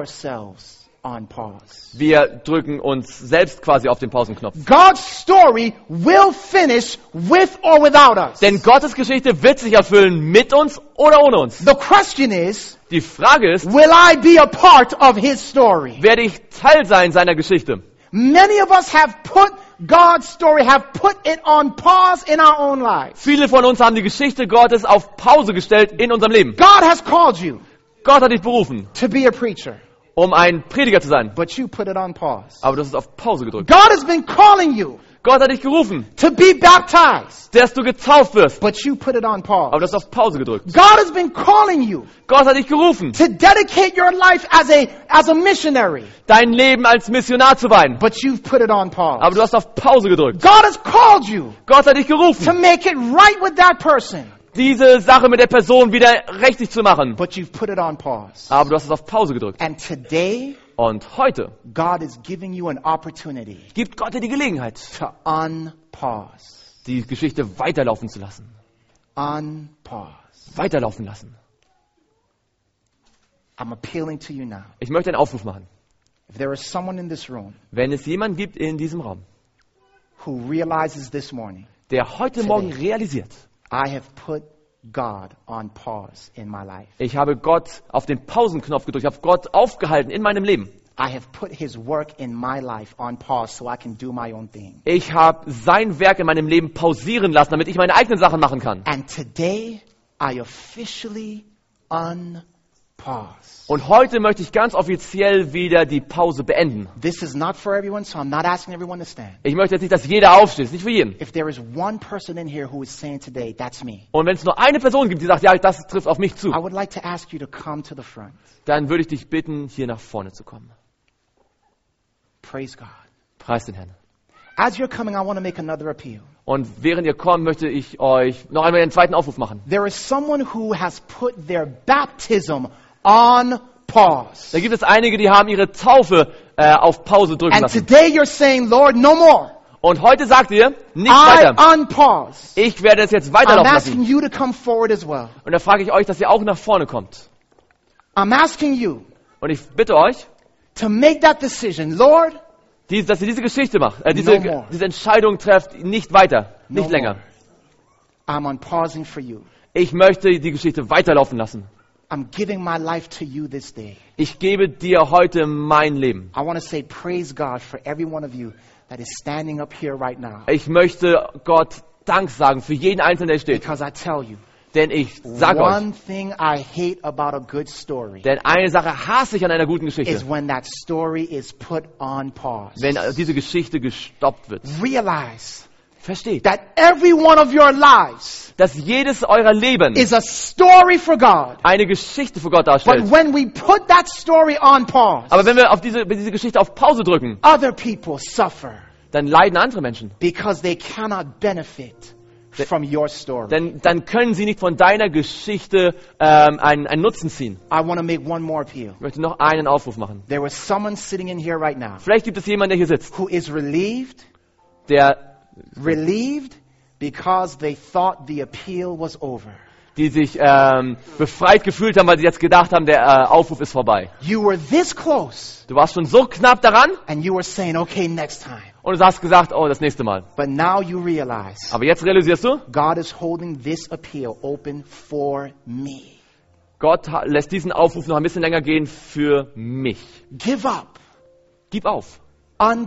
ourselves on pause. Wir drücken uns selbst quasi auf den Pausenknopf. God's story will finish with or without us. Denn Gottes Geschichte wird sich erfüllen mit uns oder ohne uns. The question is, Die Frage ist, will I be a part of his story? werde ich Teil sein seiner Geschichte? Many of us have put God's story, have put it on pause in our own lives. Viele von uns haben die Geschichte Gottes auf Pause gestellt in unserem Leben. God has called you Gott hat dich berufen, to be a preacher, um ein Prediger zu sein. but you put it on pause. Aber das ist auf Pause gedrückt. God has been calling you Gott hat dich gerufen, to be baptized, dass du getauft wirst. but you put it on Aber pause. das ist auf Pause gedrückt. God has been calling you Gott hat dich gerufen, to dedicate your life as a, as a missionary, dein Leben als Missionar zu weihen. but you've put it on pause. Aber du hast auf Pause gedrückt. God has called you Gott hat dich to gerufen, make it right with that person, diese Sache mit der Person wieder richtig zu machen. but you've put it on pause. Aber du hast es auf Pause gedrückt. And today, Und heute God is giving you an opportunity gibt Gott dir die Gelegenheit, to unpause. die Geschichte weiterlaufen zu lassen. Unpause. Weiterlaufen lassen. I'm appealing to you now. Ich möchte einen Aufruf machen. If there is someone in this room Wenn es jemanden gibt in diesem Raum, who realizes this morning, der heute Morgen realisiert, I have put God on pause in my life. ich habe Gott auf den Pausenknopf gedrückt, ich habe Gott aufgehalten in meinem Leben. I have put his work in my life on pause so I can do my own thing. Ich habe sein Werk in meinem Leben pausieren lassen, damit ich meine eigenen Sachen machen kann. And today, I officially unpause. Und heute möchte ich ganz offiziell wieder die Pause beenden. This is not for everyone, so I'm not asking everyone to stand. Ich möchte jetzt nicht, dass jeder aufsteht, ist nicht für jeden. If there is one person in here who is saying today, that's me, Und wenn es nur eine Person gibt, die sagt, ja, das trifft auf mich zu, I would like to ask you to come to the front. dann würde ich dich bitten, hier nach vorne zu kommen. Praise God. Preis den Herrn. As you're coming, I want to make another appeal. Und während ihr kommt, möchte ich euch noch einmal einen zweiten Aufruf machen. There is someone who has put their baptism on pause. Da gibt es einige, die haben ihre Taufe äh, auf Pause drücken And lassen. today you're saying, Lord, no more. Und heute sagt ihr, nicht I weiter. unpause. Ich werde es jetzt I'm weiterlaufen asking lassen. you to come forward as well. Und da frage ich euch, dass ihr auch nach vorne kommt. I'm asking you Und ich bitte euch, to make that decision. Lord, dies- dass ihr diese Geschichte macht, äh, No diese, more. diese Entscheidung trefft, nicht weiter, No nicht länger. more. I'm unpausing for you. Ich möchte die Geschichte weiterlaufen lassen. I'm giving my life to you this day. Ich gebe dir heute mein Leben. I want to say praise God for every one of you that is standing up here right now. Ich möchte Gott Dank sagen für jeden Einzelnen, der steht. Because I tell you, Denn ich sage euch, one thing I hate about a good story denn eine Sache hasse ich an einer guten is Geschichte, when that story is put on pause. wenn äh, diese Geschichte gestoppt wird. Realize Versteht, that every one of your lives dass jedes eurer Leben is a story for God. eine Geschichte für Gott But darstellt. when we put that story on pause, Aber wenn wir auf diese, diese Geschichte auf Pause drücken, other people suffer dann leiden andere Menschen. because they cannot benefit from your story. Denn dann können sie nicht von deiner Geschichte ähm, einen, einen Nutzen ziehen. I want to make one more appeal. Ich möchte noch einen Aufruf machen. There was someone sitting in here right now Vielleicht gibt es jemanden, der hier sitzt, who is relieved, der, relieved because they thought the appeal was over. die sich ähm, befreit gefühlt haben, weil sie jetzt gedacht haben, der äh, Aufruf ist vorbei. You were this close Du warst schon so knapp daran and you were saying, okay, next time. und du hast gesagt, oh, das nächste Mal. But now you realize Aber jetzt realisierst du, God is holding this appeal open for me. Gott ha- lässt diesen Aufruf noch ein bisschen länger gehen für mich. Give up, Gib auf.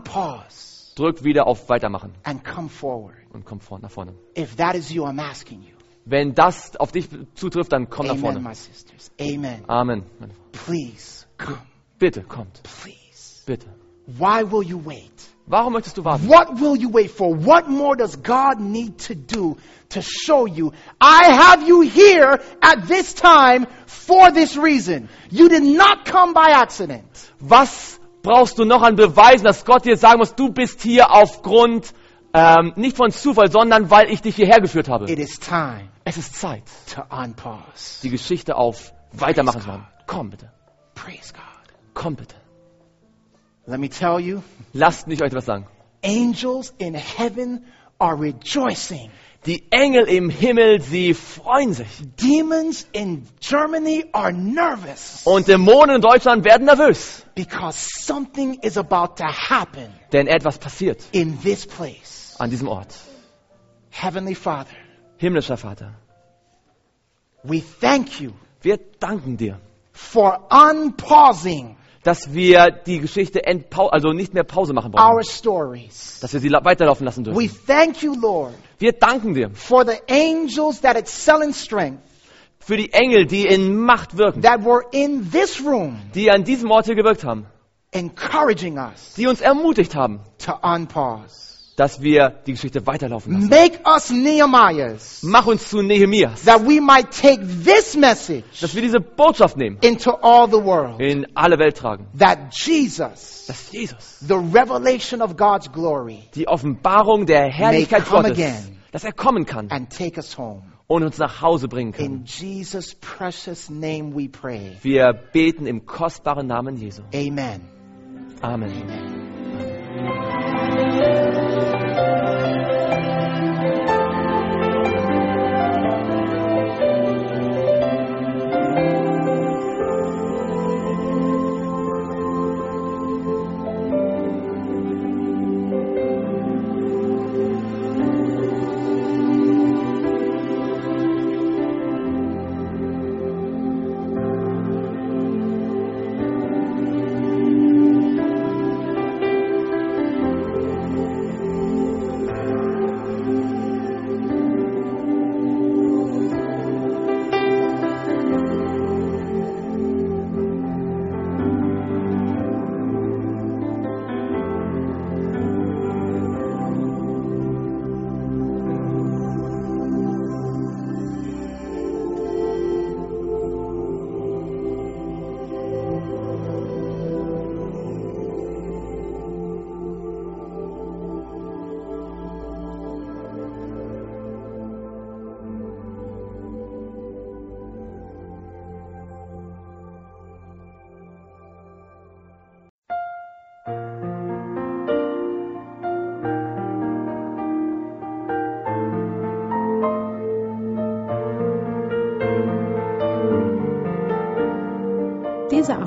unpause, Drück wieder auf Weitermachen and come forward. und komm vor, nach vorne. If that is you, I'm asking you. Wenn das auf dich zutrifft, dann komm nach Amen, vorne. my sisters. Amen. Amen. meine Frau. Please come. Bitte, kommt. Please. Bitte. Why will you wait? Warum möchtest du warten? What will you wait for? What more does God need to do to show you? I have you here at this time for this reason. You did not come by accident. Was brauchst du noch an Beweisen, dass Gott dir sagen muss, du bist hier aufgrund, ähm, nicht von Zufall, sondern weil ich dich hierher geführt habe? It is time Es ist Zeit, to unpause. die Geschichte auf Weitermachen zu haben. Komm bitte. Praise God. Komm bitte. Let me tell you, Lasst mich euch etwas sagen. angels in heaven are rejoicing. Die Engel im Himmel, sie freuen sich. Demons in Germany are nervous Und Dämonen in Deutschland werden nervös. because something is about to happen Denn etwas passiert in this place. an diesem Ort. Heavenly Father, Himmlischer Vater, we thank you wir danken dir, for unpausing dass wir die Geschichte entpau also nicht mehr Pause machen brauchen. our stories. Dass wir sie la- weiterlaufen lassen dürfen. We thank you, Lord, Wir danken dir for the angels that excel in strength für die Engel, die in Macht wirken, that were in this room die an diesem Ort hier gewirkt haben, encouraging us die uns ermutigt haben, to unpause. dass wir die Geschichte weiterlaufen lassen. Make us Nehemiahs Mach uns zu Nehemias, that we might take this message dass wir diese Botschaft nehmen, into all the world. in alle Welt tragen. That Jesus, Dass Jesus, the revelation of God's glory, die Offenbarung der Herrlichkeit May come Gottes, again. dass er kommen kann and take us home. und uns nach Hause bringen kann. In Jesus' precious name we pray. Wir beten im kostbaren Namen Jesu. Amen. Amen. Diese